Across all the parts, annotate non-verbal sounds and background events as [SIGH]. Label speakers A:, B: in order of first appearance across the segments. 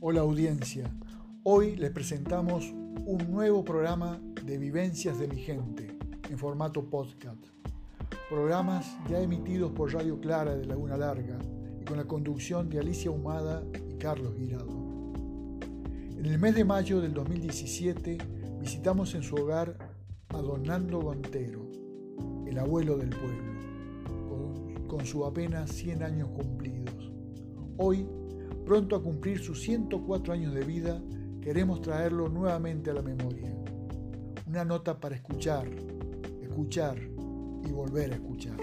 A: Hola audiencia, hoy les presentamos un nuevo programa de Vivencias de mi gente en formato podcast. Programas ya emitidos por Radio Clara de Laguna Larga y con la conducción de Alicia Humada y Carlos Girado. En el mes de mayo del 2017 visitamos en su hogar a don Nando Gontero, el abuelo del pueblo, con, con sus apenas 100 años cumplidos. Hoy, pronto a cumplir sus 104 años de vida, queremos traerlo nuevamente a la memoria. Una nota para escuchar, escuchar y volver a escuchar.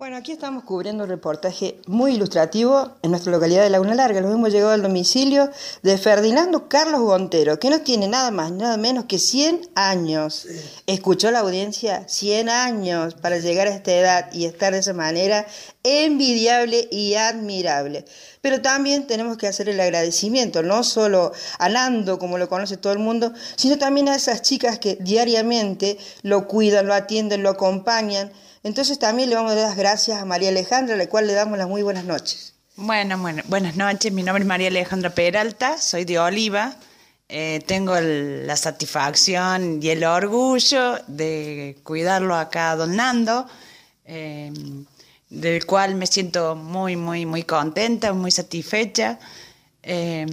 B: Bueno, aquí estamos cubriendo un reportaje muy ilustrativo en nuestra localidad de Laguna Larga. Los hemos llegado al domicilio de Ferdinando Carlos Gontero, que no tiene nada más, nada menos que 100 años. Escuchó la audiencia 100 años para llegar a esta edad y estar de esa manera envidiable y admirable. Pero también tenemos que hacer el agradecimiento, no solo a Nando, como lo conoce todo el mundo, sino también a esas chicas que diariamente lo cuidan, lo atienden, lo acompañan. Entonces también le vamos a dar las gracias a María Alejandra, a la cual le damos las muy buenas noches.
C: Bueno, bueno, buenas noches. Mi nombre es María Alejandra Peralta, soy de Oliva. Eh, tengo el- la satisfacción y el orgullo de cuidarlo acá a don Nando, eh, del cual me siento muy, muy, muy contenta, muy satisfecha. Eh,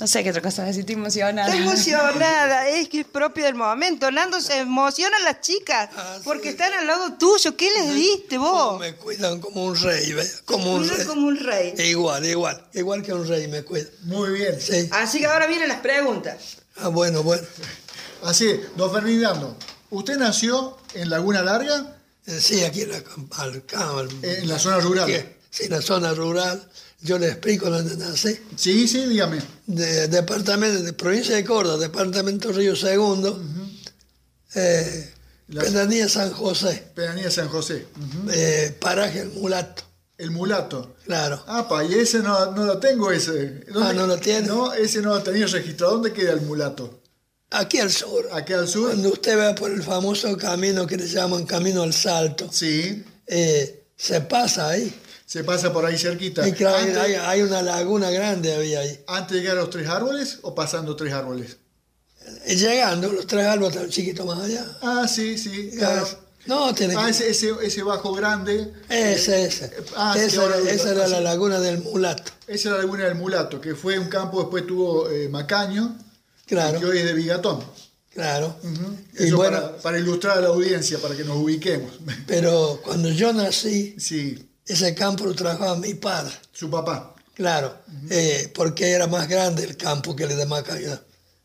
C: no sé qué otra cosa decir, estoy emocionada.
B: Está emocionada, es que es propio del momento. Nando se emocionan las chicas
D: Ah,
B: porque están al lado tuyo. ¿Qué les diste
D: Oh,
B: vos?
D: me cuidan como un rey, ¿ve? Como un
B: Mira
D: rey. E
B: como un rey.
D: Igual, igual. Igual que un rey me cuidan.
A: Muy bien.
D: Sí.
B: Así que ahora vienen las preguntas.
D: Ah, bueno, bueno.
A: Así es, don Ferdinando, usted nació en Laguna Larga,
D: Eh, Sí, aquí en la campa- al- cam-
A: eh, en la zona rural.
D: aquí, sí, en la zona rural. Yo le explico dónde nací.
A: Sí, sí, dígame.
D: De, departamento, de provincia de Córdoba, departamento Río Segundo. eh,
A: La-
D: pedanía San José.
A: Pedanía San José,
D: eh, paraje El Mulato.
A: el mulato.
D: Claro.
A: Apa, y ese no, no lo tengo ese.
D: Ah, ¿no lo tiene?
A: No, ese no lo tenía registrado. ¿Dónde queda el mulato?
D: Aquí al sur.
A: ¿Aquí al sur?
D: Cuando usted va por el famoso camino que le llaman Camino al Salto.
A: Sí,
D: eh, se pasa ahí.
A: se pasa por ahí cerquita.
D: Y claro,
A: antes,
D: hay, hay una laguna grande había ahí.
A: antes de llegar a los tres árboles o pasando tres árboles?
D: Y Eh, llegando, los tres árboles están chiquitos más allá.
A: Ah, sí, sí, claro.
D: No, tiene
A: Ah,
D: que-
A: ese, ese, ese bajo grande,
D: Ese, ese.
A: Ah, sí,
D: esa
A: ahora
D: era,
A: lo-
D: esa era
A: así.
D: la laguna del mulato.
A: esa era la laguna del mulato, que fue un campo, después tuvo eh, Macaño, que
D: Claro,
A: hoy es de Bigatón.
D: claro. Y
A: Eso
D: bueno,
A: para, para ilustrar a la audiencia, para que nos ubiquemos. [LAUGHS]
D: pero cuando yo nací,
A: Sí,
D: ese campo lo trabajaba mi padre.
A: su papá.
D: Claro, eh, porque era más grande el campo que el de Macaya.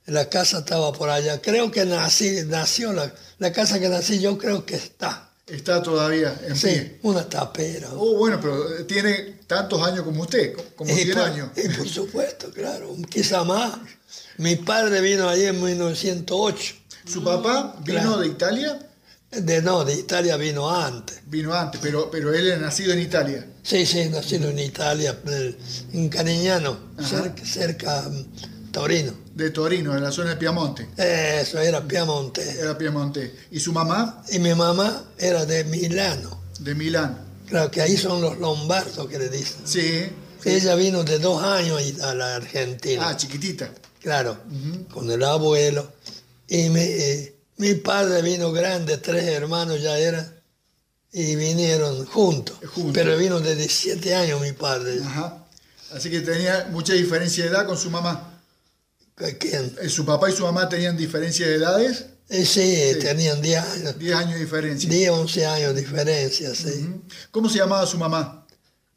D: La casa estaba por allá. Creo que nací, nació la, la casa que nací, yo creo que está.
A: Está todavía en pie.
D: Sí, una tapera.
A: Oh, bueno, pero eh, tiene tantos años como usted, co- como 100
D: por,
A: años.
D: y por supuesto, claro, quizá más. Mi padre vino allí en 1908.
A: Su papá vino
D: Claro.
A: de Italia,
D: De, no, de Italia vino antes.
A: vino antes, pero, pero él es nacido en Italia.
D: Sí, sí, nacido en Italia, en- en Carignano,
A: Ajá.
D: cerca, cerca mm, Torino.
A: de Torino, en la zona de Piamonte.
D: Eso era Piamonte.
A: Era Piamonte. Y su mamá
D: Y mi mamá era de Milano.
A: de Milán.
D: Claro que ahí son los lombardos que le dicen.
A: Sí.
D: Ella vino de dos años a la Argentina.
A: Ah, chiquitita.
D: Claro, con el abuelo. Y mi, eh, mi padre vino grande, tres hermanos ya eran, y vinieron juntos.
A: Juntos.
D: Pero vino de 17 años mi padre.
A: Ajá. Así que tenía mucha diferencia de edad con su mamá.
D: ¿Quién?
A: Eh, Su papá y su mamá tenían diferencia de edades,
D: Eh, sí, tenían 10 años,
A: 10 años de diferencia.
D: 10, 11 años de diferencia, sí.
A: ¿Cómo se llamaba su mamá?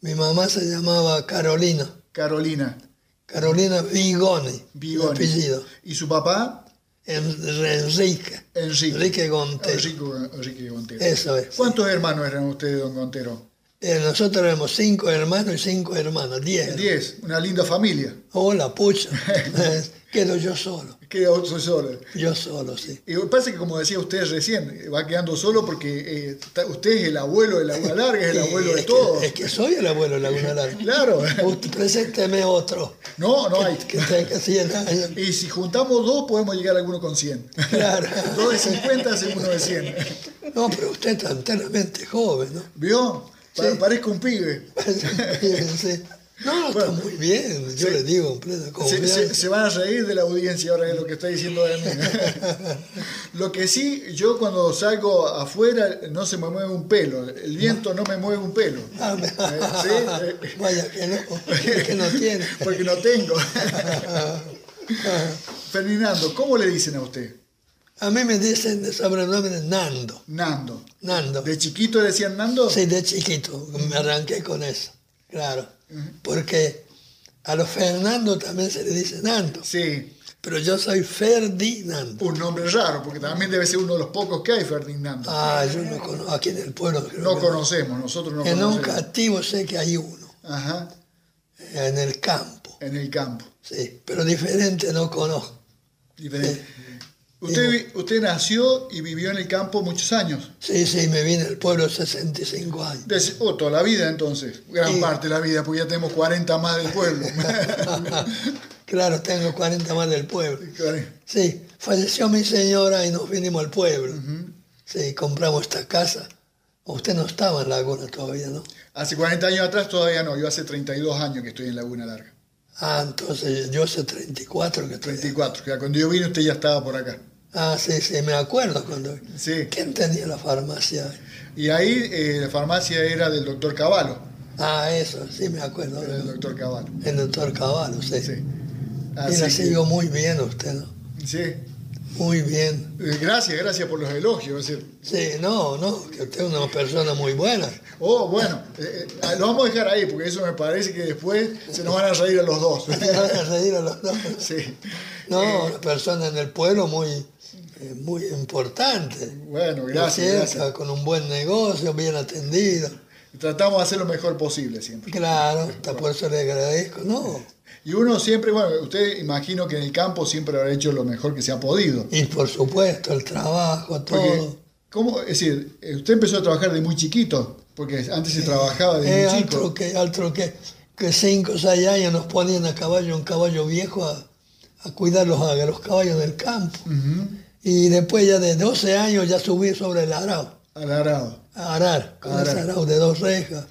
D: Mi mamá se llamaba Carolina,
A: Carolina.
D: Carolina Vigoni,
A: Vigoni.
D: el apellido,
A: Y su papá,
D: En- Enrique,
A: Enrique.
D: Enrique Gontes.
A: Enrico- Enrique Gontero.
D: Eso es.
A: ¿Cuántos hermanos eran ustedes, don Gontero?
D: Eh, nosotros éramos cinco hermanos y cinco hermanas, 10.
A: Diez. Una linda familia.
D: Hola, pucha. quedo yo solo.
A: Queda otro solo.
D: Yo solo, sí.
A: Y parece que, como decía usted recién, va quedando solo porque eh, ta- usted es el abuelo de Laguna Larga, es
D: [LAUGHS]
A: el abuelo de
D: es
A: todos.
D: Que, es que soy el abuelo de Laguna Larga. [LAUGHS]
A: Claro.
D: Usted, presénteme otro
A: No, no hay.
D: que tenga 100 años.
A: Y si juntamos dos, podemos llegar a alguno con 100.
D: Claro.
A: [LAUGHS] Dos de 50 hacen uno de 100.
D: No, pero usted está enteramente joven, ¿no? [LAUGHS]
A: ¿Vio? Pa-
D: Sí.
A: Parezco un pibe.
D: Sí. No, está muy bien, yo
A: sí.
D: le digo en plena
A: Se, se-
D: confianza.
A: se van a reír de la audiencia ahora de lo que está diciendo de mí.
D: [LAUGHS]
A: lo que sí, yo cuando salgo afuera no se me mueve un pelo. El viento no me mueve un pelo.
D: Ah, me-
A: Eh, sí, eh.
D: Vaya que no, que no tiene.
A: Porque no tengo. [LAUGHS] Ferdinando, ¿cómo le dicen a usted?
D: A mí me dicen de sobrenombre Nando.
A: Nando.
D: Nando.
A: ¿De chiquito le decían Nando?
D: Sí, de chiquito, me arranqué con eso, claro. Porque a los Fernando también se le dice Nando,
A: Sí.
D: pero yo soy Ferdinando.
A: Un nombre raro, porque también debe ser uno de los pocos que hay, Ferdinando.
D: Ah, yo no conozco, aquí en el pueblo creo
A: No
D: que-
A: conocemos, nosotros no
D: En un
A: conocemos.
D: cativo sé que hay uno,
A: Ajá,
D: en el campo,
A: en el campo.
D: sí, pero diferente no conozco.
A: Diferente. Usted, vi- usted nació y vivió en el campo muchos años.
D: Sí, sí, me vine al pueblo 65
A: [LAUGHS]
D: años. [LAUGHS]
A: Des- oh, toda la vida entonces. Gran
D: Sí.
A: parte de la vida, porque ya tenemos 40 más del pueblo. [LAUGHS]
D: claro, tengo 40 más del pueblo. Sí, falleció mi señora y nos vinimos al pueblo. Sí, compramos esta casa. Usted no estaba en Laguna todavía, ¿no?
A: hace 40 años atrás todavía no, yo hace 32 años que estoy en Laguna Larga.
D: Ah, entonces yo sé 34 que estoy.
A: 34, o sea, cuando yo vine usted ya estaba por acá.
D: Ah, sí, sí, me acuerdo cuando...
A: Sí.
D: ¿Quién tenía la farmacia?
A: Y ahí eh, la farmacia era del doctor Cavallo.
D: Ah, eso, sí me acuerdo.
A: Era del doctor Cavallo.
D: El doctor Caballo, sí.
A: Sí.
D: y la
A: Así que-
D: siguió muy bien usted, ¿no?
A: sí. Eh,
D: Muy bien.
A: Gracias, gracias por los elogios. Es decir,
D: Sí, no, no, que usted es una persona muy buena. [LAUGHS]
A: oh, bueno, eh, eh, lo vamos a dejar ahí porque eso me parece que después se nos van a reír a los dos. [LAUGHS]
D: Se van a reír a los dos.
A: Sí.
D: No, una persona en el pueblo muy, eh, muy importante.
A: Bueno, gracias,
D: Cierta,
A: gracias.
D: Con un buen negocio, bien atendido.
A: Tratamos de hacer lo mejor posible siempre.
D: Claro, hasta por eso le agradezco. No,
A: Y uno siempre, bueno, usted imagino que en el campo siempre habrá hecho lo mejor que se ha podido.
D: y por supuesto, el trabajo,
A: Porque,
D: todo.
A: ¿cómo? Es decir, eh, usted empezó a trabajar de muy chiquito, porque antes
D: Eh,
A: se trabajaba de
D: Es
A: muy
D: otro
A: chico.
D: que, otro que, que cinco o seis años nos ponían a caballo, un caballo viejo, a, a cuidar los, a los caballos del campo.
A: Ujú,
D: Y después ya de 12 años ya subí sobre el arao.
A: Al arado.
D: a arar, con
A: A
D: ese
A: arar.
D: arao de dos rejas.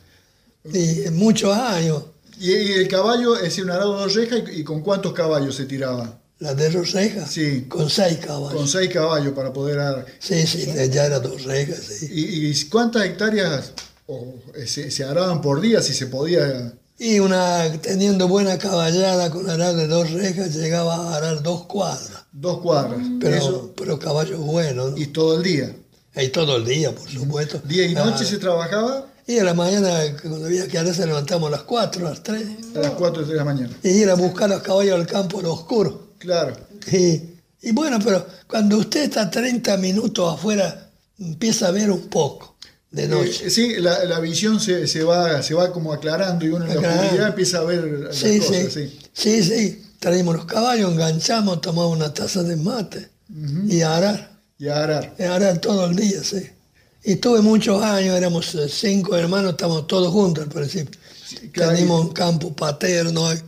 D: Y muchos años,
A: Y, y el caballo, es decir, un arado de dos rejas, y, y con cuántos caballos se tiraba?
D: la de dos rejas,
A: Sí.
D: con seis
A: Con
D: caballos.
A: seis caballos para poder arar.
D: Sí, sí, de- ya era dos rejas, sí.
A: ¿Y, y cuántas hectáreas o, eh, se, se araban por día si se podía?
D: Y una, teniendo buena caballada con arar de dos rejas, llegaba a arar dos cuadras.
A: Dos cuadras.
D: Pero,
A: Eso,
D: pero caballos buenos, ¿no?
A: y todo el día.
D: Y todo el día, por supuesto.
A: Día y noche
D: Ah,
A: se trabajaba
D: Y a la mañana, cuando había que arar, se levantamos a las cuatro, a las tres.
A: a las 4 de la mañana.
D: Y ir a buscar los caballos al campo en lo oscuro.
A: Claro.
D: Sí. Y bueno, pero cuando usted está 30 minutos afuera, empieza a ver un poco de noche.
A: Eh, sí, la, la visión se, se va, se va como aclarando y uno en la
D: Aclarando.
A: oscuridad empieza a ver las
D: Sí, sí,
A: cosas.
D: sí.
A: Sí.
D: Sí, Traímos los caballos, enganchamos, tomamos una taza de mate y a arar,
A: Y a arar.
D: y a arar Eh, todo el día, sí. Y tuve muchos años, éramos eh, cinco hermanos, estábamos todos juntos al principio.
A: claro, y-
D: Teníamos un campo paterno, eh.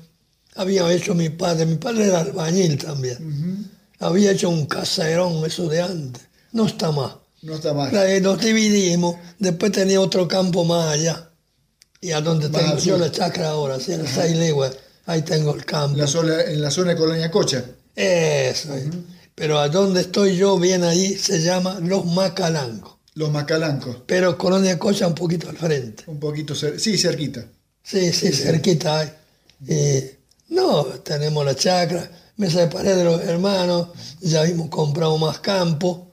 D: había hecho mi padre, mi padre era albañil también, había hecho un caserón, eso de antes, no está más.
A: No está mal.
D: La- eh, Nos dividimos, después tenía otro campo más allá. Y a donde
A: Más
D: tengo
A: al
D: yo
A: sur.
D: la chacra ahora, sí, a las seis leguas, ahí tengo el campo.
A: La zona- en la zona de Colonia Cocha.
D: Eso es. Pero a donde estoy yo, bien ahí, se llama Los Macalangos.
A: Los Macalancos.
D: Pero Colonia Cocha un poquito al frente.
A: Un poquito, cer- sí, cerquita.
D: Sí, sí, cerquita hay. Eh, no, tenemos la chacra, me separé de los hermanos, ya vimos comprado más campo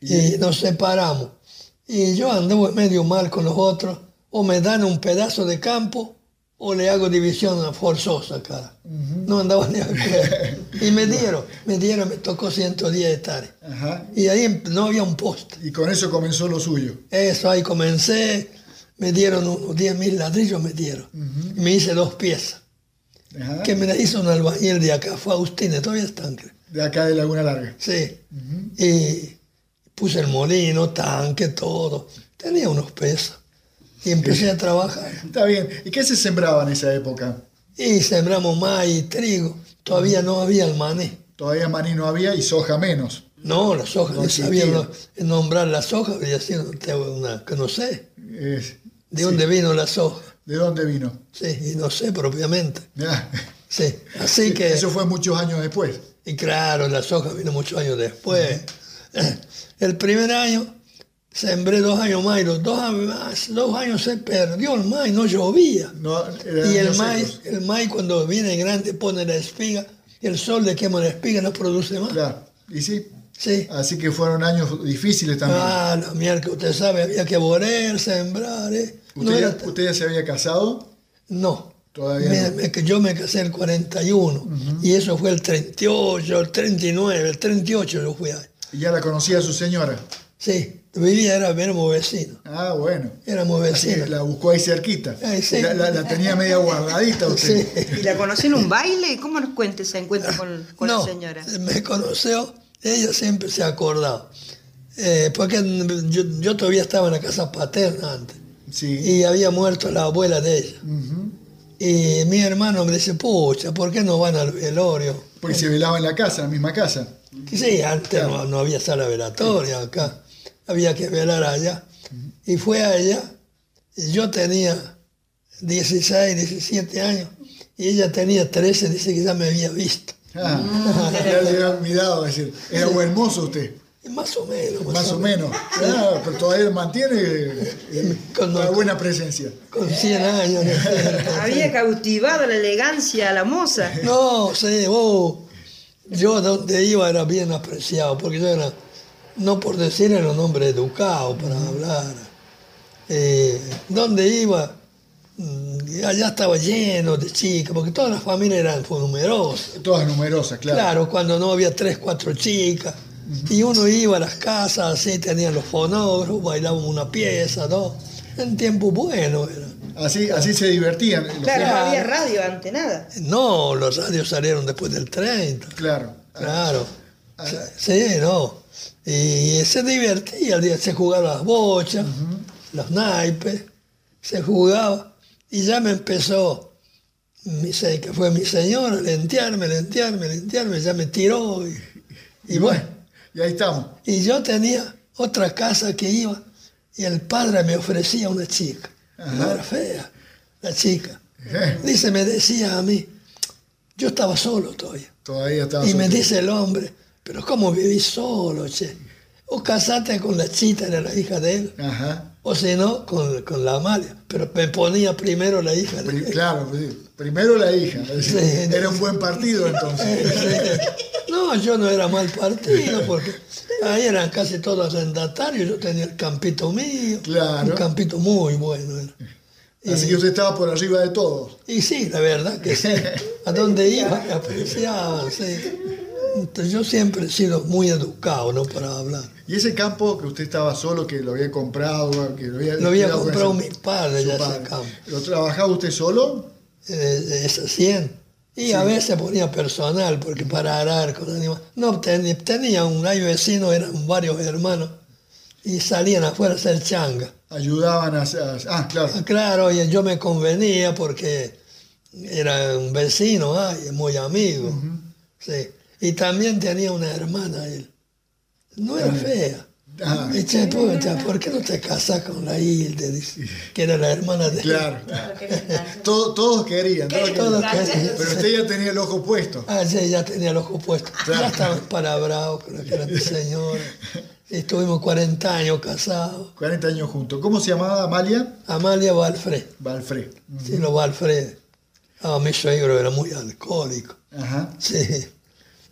D: y nos separamos. Y yo anduve medio mal con los otros, o me dan un pedazo de campo o le hago división forzosa, cara. No andaba [LAUGHS] ni a Y me dieron, me dieron, me tocó 110 hectáreas.
A: Ajá.
D: Y ahí em- no había un poste.
A: Y con eso comenzó lo suyo.
D: Eso, ahí comencé, me dieron unos 10 mil ladrillos, me dieron. Me hice dos piezas.
A: Ajá.
D: que me la hizo un albañil de acá, Faustina, todavía están. creo.
A: De acá de Laguna Larga.
D: Sí. Y puse el molino, tanque, todo. Tenía unos pesos. Y empecé a trabajar.
A: Está bien. ¿Y qué se sembraba en esa época?
D: Y sembramos maíz, trigo. Todavía no había el mané.
A: Todavía maní no había y soja menos.
D: No, las hojas,
A: No
D: no sabía
A: existía.
D: no- nombrar las hojas, y así no tengo una, que no sé
A: Es-
D: de dónde vino las hojas.
A: ¿De dónde vino? [LAUGHS]
D: Sí, y no sé propiamente.
A: Ya.
D: Sí, así que...
A: Eso fue muchos años después.
D: Y claro, las hojas vino muchos años después. El primer año sembré dos años más y los dos, años más- dos años se perdió el maíz, no llovía.
A: No, eran
D: Y el
A: años
D: maíz,
A: secos.
D: el maíz cuando viene grande pone la espiga y el sol le quema la espiga no produce más.
A: Claro. Y sí.
D: Sí.
A: Así que fueron años difíciles también.
D: Ah, la mierda que usted sabe, había que borer, sembrar. ¿eh? No,
A: ¿Usted,
D: era-
A: ya, usted ya se había casado?
D: no.
A: Todavía
D: Me-
A: no.
D: me- que yo me casé el 41 y eso fue el 38, el 39, el 38 yo fui ahí.
A: ¿Y ya la conocía su señora?
D: Sí, vivía, era, éramos vecinos.
A: Ah, bueno.
D: Éramos
A: Sí,
D: [LAUGHS] vecinos.
A: la buscó ahí cerquita.
D: Eh, sí.
A: La, la- la tenía media
D: [LAUGHS]
A: guardadita usted.
B: ¿Y la conocí en un baile? ¿Cómo nos cuenta ese encuentro con, [LAUGHS] con
D: no,
B: la señora?
D: me conoció, ella siempre se acordaba. Eh, porque yo, yo todavía estaba en la casa paterna antes
A: Sí.
D: y había muerto la abuela de ella.
A: Ujú.
D: Y mi hermano me dice, pucha, ¿por qué no van al velorio?
A: Porque se velaba en la casa, en la misma casa.
D: Que Sí, antes no, no había sala velatoria acá, había que velar allá. Y fue allá, y yo tenía 16, 17 años, y ella tenía 13, dice que ya me había visto.
A: Ah, ya le había olvidado decir. Era buen mozo usted.
D: Y [LAUGHS] Más o menos, más,
A: Más o menos. Claro, pero todavía mantiene eh, eh,
D: Con-
A: una buena presencia.
D: Con 100 años. ¿no?
B: Había cautivado la elegancia a la moza.
D: No, sí, vos, yo donde iba era bien apreciado, porque yo era, no por decir, era un hombre educado para hablar. Eh, donde iba, mm, allá estaba lleno de chicas, porque todas las familias eran fue numerosas.
A: Todas numerosas, claro.
D: Claro, cuando no había tres, cuatro chicas. Y uno iba a las casas, así tenían los fonógrafos, bailaban una pieza, dos. En tiempo bueno era.
A: Así, así se divertían. los
B: Claro, no
D: Claro.
B: había radio ante nada.
D: No, los radios salieron después del 30.
A: jefes. Claro.
D: Claro. Sí, no. Y se divertía, el día se jugaba las bochas, los naipes, se jugaba. Y ya me empezó, mi, se- que fue mi señora, lentearme, lentearme, lentearme, ya me tiró. Y, y
A: Y
D: bueno,
A: bueno, y ahí estamos. [LAUGHS]
D: y yo tenía otra casa que iba y el padre me ofrecía una chica. No era fea, la chica.
A: Eh,
D: Dice, me decía a mí, yo estaba solo todavía.
A: Todavía estamos.
D: Y me dice el hombre, pero ¿cómo vivís solo, che? O casate con la chita, era la hija de él,
A: Ajá.
D: o si no, con, con la Amalia. Pero me ponía primero la hija de
A: Pri- [LAUGHS]
D: él.
A: Claro, pues sí. primero la hija.
D: [LAUGHS] Sí.
A: Era un buen partido
D: [LAUGHS]
A: entonces.
D: No, yo no era mal partido, porque ahí eran casi todos arrendatarios, yo tenía el campito mío,
A: Claro.
D: un campito muy bueno. era.
A: Así que usted estaba por arriba de todos.
D: Y sí, la verdad que sí.
A: [LAUGHS]
D: A donde iba me apreciaban, sí. Entonces, yo siempre he sido muy educado, ¿no? Para hablar.
A: Y ese campo que usted estaba solo, que lo había comprado, que lo había,
D: Lo había
A: cuidado con
D: comprado mi
A: ese-
D: padre
A: pues, su
D: ya
A: padre.
D: ese campo.
A: ¿Lo trabajaba usted solo?
D: eh, esas 100. Y a veces ponía personal, porque para arar con animales. No, ten- tenía un hay vecino, eran varios hermanos, y salían afuera a hacer changa.
A: Ayudaban a, a- Ah, claro.
D: Claro, y yo me convenía porque era un vecino, ay, muy amigo. sí. Y también tenía una hermana él. No era fea.
A: Ah,
D: Y che, pucha, ¿por qué no te casas con la Hilde? Dice, que era la hermana de
A: claro. Todo- todos querían. todos querían.
D: Todo que-
A: Pero usted ya tenía el ojo puesto.
D: Ah, sí, ya tenía los ojos puestos. Ya estaba palabrado con aquella
A: [LAUGHS]
D: señora. Estuvimos 40 años casados.
A: 40 años juntos. ¿Cómo se llamaba Amalia?
D: Amalia Valfred,
A: Balfred.
D: sí, lo Valfred. Ah, mi suegro era muy alcohólico.
A: Ajá.
D: Sí.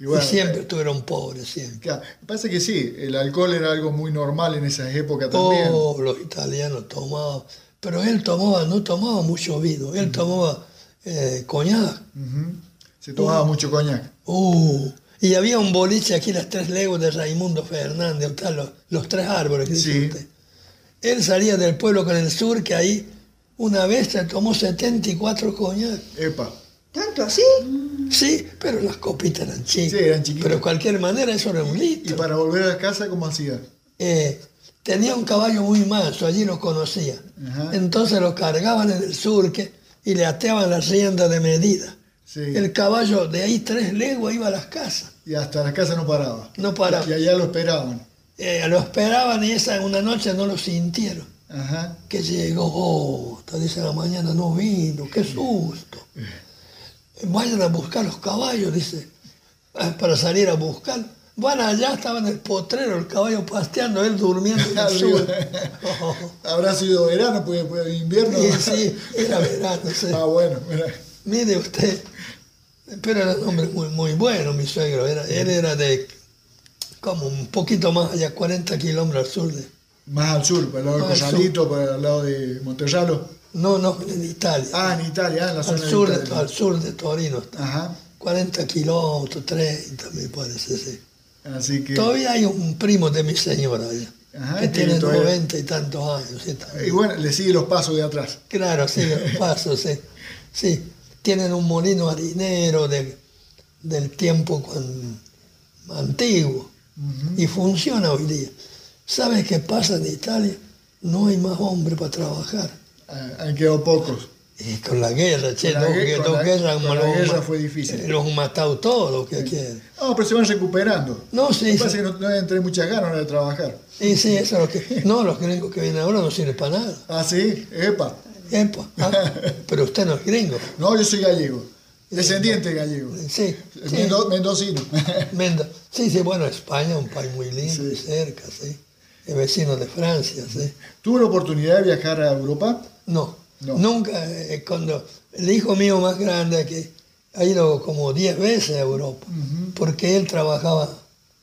A: Y bueno, eh,
D: y siempre estuvieron pobres, siempre.
A: claro. Pasa que sí, el alcohol era algo muy normal en esas épocas también.
D: Todos los italianos tomaban. Pero él tomaba, no tomaba mucho vino,
A: Mm.
D: él tomaba eh, coñac.
A: Ujú. Se tomaba mucho coñac.
D: Uh, y había un boliche aquí, las tres leguas de Raimundo Fernández, o tal, los, los tres árboles que dice
A: Sí.
D: usted. Él salía del pueblo con el sur, que ahí una vez se tomó 74 coñac.
A: Epa.
B: ¿Tanto así?
D: Sí, pero las copitas eran chicas.
E: Sí, eran chiquitas.
D: Pero de cualquier manera eso era un
E: Y
D: litro.
E: para volver a casa, ¿cómo hacía?
D: Eh, tenía un caballo muy manso, allí lo conocía.
E: Ajá.
D: Entonces lo cargaban en el surque y le ateaban la rienda de medida.
E: Sí.
D: El caballo de ahí tres leguas iba a las casas.
E: Y hasta la casa no paraba.
D: No paraba.
E: Y allá lo esperaban.
D: Eh, lo esperaban y esa una noche no lo sintieron.
E: Ajá.
D: que llegó, oh, hasta 10 de la mañana no vino, qué susto. Vayan a buscar los caballos, dice, "Ah, para salir a buscar. Van allá, estaba en el potrero, el caballo pasteando, él durmiendo en el
E: Arriba.
D: sur. Oh,
E: Habrá sido verano, puede, puede- invierno.
D: [LAUGHS] y sí,
A: [LAUGHS]
D: era verano, sí.
E: Ah, bueno, mira.
D: Mire usted, pero era un hombre muy, muy bueno, mi suegro, era, él era de como un poquito más allá, 40 kilómetros al sur de,
E: Más al sur, para el lado de
D: Más al sur.
E: Cosalito, para el lado de Monterralo.
D: no, no, en Italia,
E: Ah, en Italia, ah, en la
D: al,
E: zona
D: sur
E: de
D: de,
E: Italia.
D: al sur de Torino está.
E: Ajá.
D: 40 kilómetros, 30 me parece, sí.
E: Así que.
D: Todavía hay un primo de mi señora allá,
E: Ajá,
D: que
E: que
D: tiene
E: todavía-
D: 90 y tantos años. sí, también.
E: Y bueno, le sigue los pasos de atrás.
D: Claro,
E: [LAUGHS]
D: sí, los pasos, sí. Sí, tienen un molino harinero de- del tiempo cuan- antiguo y funciona hoy día. ¿Sabes qué pasa en Italia? No hay más hombre para trabajar.
E: Ah, Han quedado pocos.
D: Y con la guerra, che,
E: Con la
D: dos,
E: gue-
D: gue-
E: con
D: dos
E: la-
D: guerras,
E: con la
D: los
E: guerra
D: ma- eh,
E: fue difícil.
D: Los han matado todos, que quieren.
E: Ah, pero se van recuperando.
D: No, sí,
E: Lo que
D: sí.
E: pasa es que no, no deben tener muchas ganas ahora de trabajar.
D: Sí, sí, eso es lo que. No, los gringos que vienen ahora no sirven para nada.
E: Ah, sí, epa. [LAUGHS]
D: Epa, ah, pero usted no es gringo.
E: No, yo soy gallego. Descendiente de gallego.
D: Sí, sí.
E: Mendo- mendocino. [LAUGHS]
D: Mendo- Sí, sí, bueno, España es un país muy lindo y cerca, sí. Es vecino de Francia, sí.
E: ¿Tuvo la oportunidad de viajar a Europa?
D: No,
E: No.
D: nunca, eh, cuando el hijo mío más grande que ha ido como 10 veces a Europa, porque él trabajaba,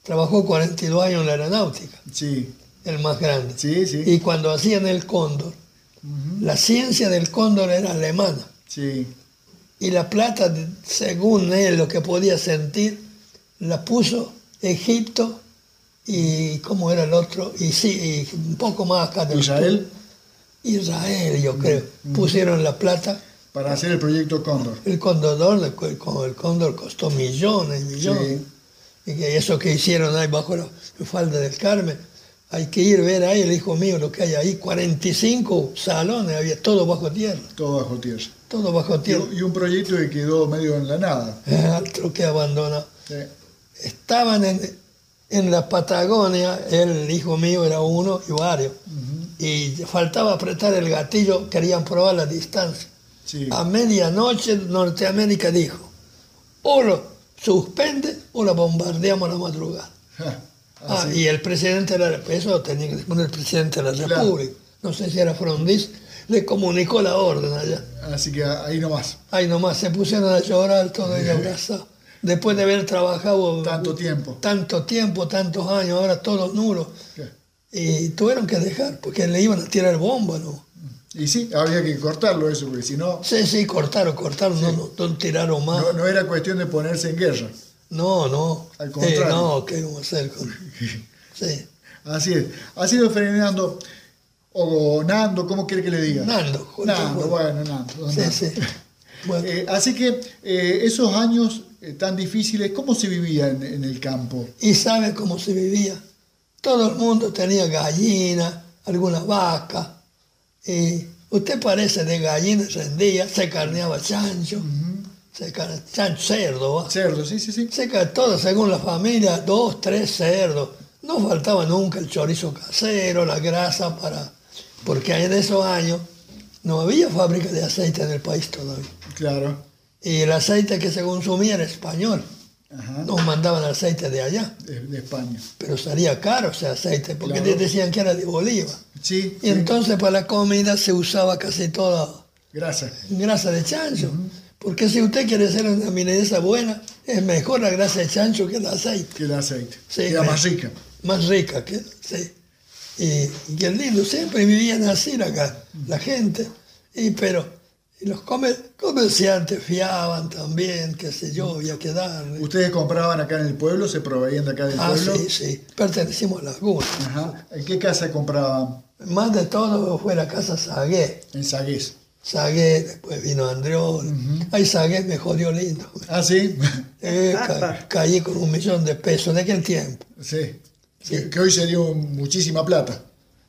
D: trabajó 42 años en la aeronáutica,
E: Sí,
D: el más grande.
E: sí, sí.
D: Y cuando hacían el cóndor, la ciencia del cóndor era alemana.
E: Sí.
D: y la plata, según él, lo que podía sentir, la puso Egipto y, ¿cómo era el otro? Y sí, y un poco más acá. del
E: Israel
D: sur. Israel, yo creo. Pusieron la plata.
E: para hacer el proyecto Cóndor.
D: El condor, el, co- el cóndor costó millones y millones. Y que eso que hicieron ahí bajo la falda del Carmen, hay que ir a ver ahí, el hijo mío, lo que hay ahí. 45 salones había, todo bajo tierra,
E: Todo bajo tierra.
D: todo bajo tierra.
E: Y, y un proyecto que quedó medio en la nada.
D: Otro que abandonado.
E: Sí.
D: estaban en, en la Patagonia, el hijo mío era uno y varios, y faltaba apretar el gatillo, querían probar la distancia.
E: Sí.
D: A medianoche Norteamérica dijo, o lo suspende o la bombardeamos a la madrugada.
E: Ja.
D: Ah,
E: Así.
D: y el presidente de la eso tenía que responder el presidente de la
E: Claro.
D: República, no sé si era Frondiz, le comunicó la orden allá.
E: Así que ahí nomás.
D: Ahí nomás se pusieron a llorar todo el abrazo. Después de haber trabajado
E: Tanto tiempo.
D: tanto tiempo, tantos años, ahora todos nulos.
E: Ja.
D: Y tuvieron que dejar, porque le iban a tirar bomba, ¿no?
E: Y sí, había que cortarlo eso, porque si no,
D: Sí, sí, cortaron, cortaron, no, no, no tiraron más.
E: no, no era cuestión de ponerse en guerra.
D: No, no.
E: Al
D: Eh,
E: contrario.
D: no, ¿qué vamos a hacer
E: [LAUGHS]
D: con- Sí.
E: Así es. Ha sido Fernando, o Nando, ¿cómo quiere que le diga?
D: Nando, junto
E: Nando,
D: con-
E: bueno, Nando. don
D: Sí,
E: Nando.
D: sí. Bueno,
E: Eh, así que eh, esos años eh, tan difíciles, ¿cómo se vivía en, en el campo?
D: y sabe cómo se vivía. Todo el mundo tenía gallina, algunas vacas. Y usted parece de gallina, rendía, se carneaba chancho, se car- chancho cerdo, va.
E: Cerdo, sí, sí, sí.
D: Se ca- todo según la familia, dos, tres cerdos. No faltaba nunca el chorizo casero, la grasa para... Porque en esos años no había fábrica de aceite en el país todavía.
E: Claro.
D: Y el aceite que se consumía era español.
E: Ajá.
D: Nos mandaban aceite de allá.
E: De, de España.
D: Pero salía caro ese aceite, porque
E: Claro.
D: te decían que era de Bolívar.
E: Sí,
D: Y entonces para la comida se usaba casi toda
E: gracias.
D: grasa de chancho. Porque si usted quiere hacer una milanesa buena, es mejor la grasa de chancho que el aceite.
E: Que el aceite.
D: Sí,
E: Era
D: me-
E: más rica.
D: más rica que sí. Y, y qué lindo, siempre vivían así la, ca- la gente. Y pero y los comer- comerciantes fiaban también, qué sé yo, había que darle.
E: Ustedes compraban acá en el pueblo, se proveían de acá del
D: Ah,
E: pueblo.
D: sí, sí, pertenecimos a la laguna.
E: Ajá. ¿En qué casa compraban?
D: Más de todo fue la casa Sagué,
E: En Sagués.
D: Sagué, después vino Andreol. Ahí Sagué me jodió lindo.
E: Ah, sí. [LAUGHS]
D: Eh,
E: Ah,
D: ca- caí con un millón de pesos de aquel tiempo.
E: sí. Que, que hoy se dio muchísima plata.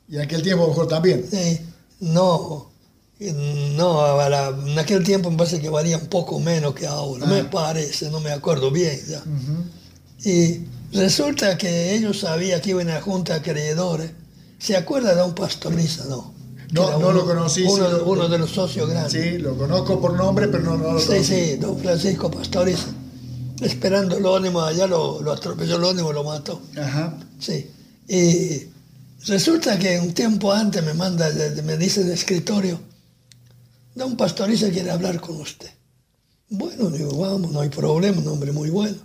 E: Y en aquel tiempo a lo mejor también.
D: Eh, no, no, ahora, en aquel tiempo me parece que valía un poco menos que
E: Ah.
D: ahora, me parece, no me acuerdo bien ya. Y resulta que ellos sabían que iban a junta acreedores. ¿Se acuerda de un pastoriza, no?
E: No,
D: Que era
E: no
D: uno-
E: lo conocí,
D: Uno,
E: sí, lo-
D: uno de los socios grandes.
E: Sí, lo conozco por nombre, pero no, no lo
D: Sí,
E: conozco.
D: sí, don Francisco Pastoriza. Esperando el ónimo allá, lo, lo atropelló el ónimo, lo mató.
E: Ajá.
D: Sí. Y resulta que un tiempo antes me manda, de- de- me dice el escritorio, don Pastoriza quiere hablar con usted. Bueno, digo, vamos, no hay problema, un hombre muy bueno.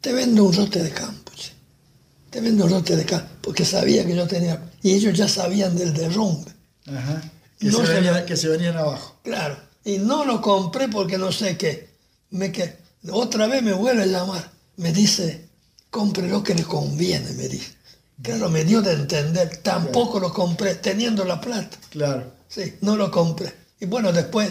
D: Te vendo un rote de campo, che. Te vendo un rote de campo, porque sabía que yo tenía, y ellos ya sabían del derrumbe.
E: Ajá. Que,
D: No
E: se
D: se
E: venían,
D: ve.
E: que se venían abajo.
D: Claro, y no lo compré porque no sé qué. Me que otra vez me vuelve a llamar. Me dice, compre lo que le conviene, me dice. Claro, me dio de entender. Tampoco lo compré, teniendo la plata.
E: Claro.
D: Sí, no lo compré. Y bueno, después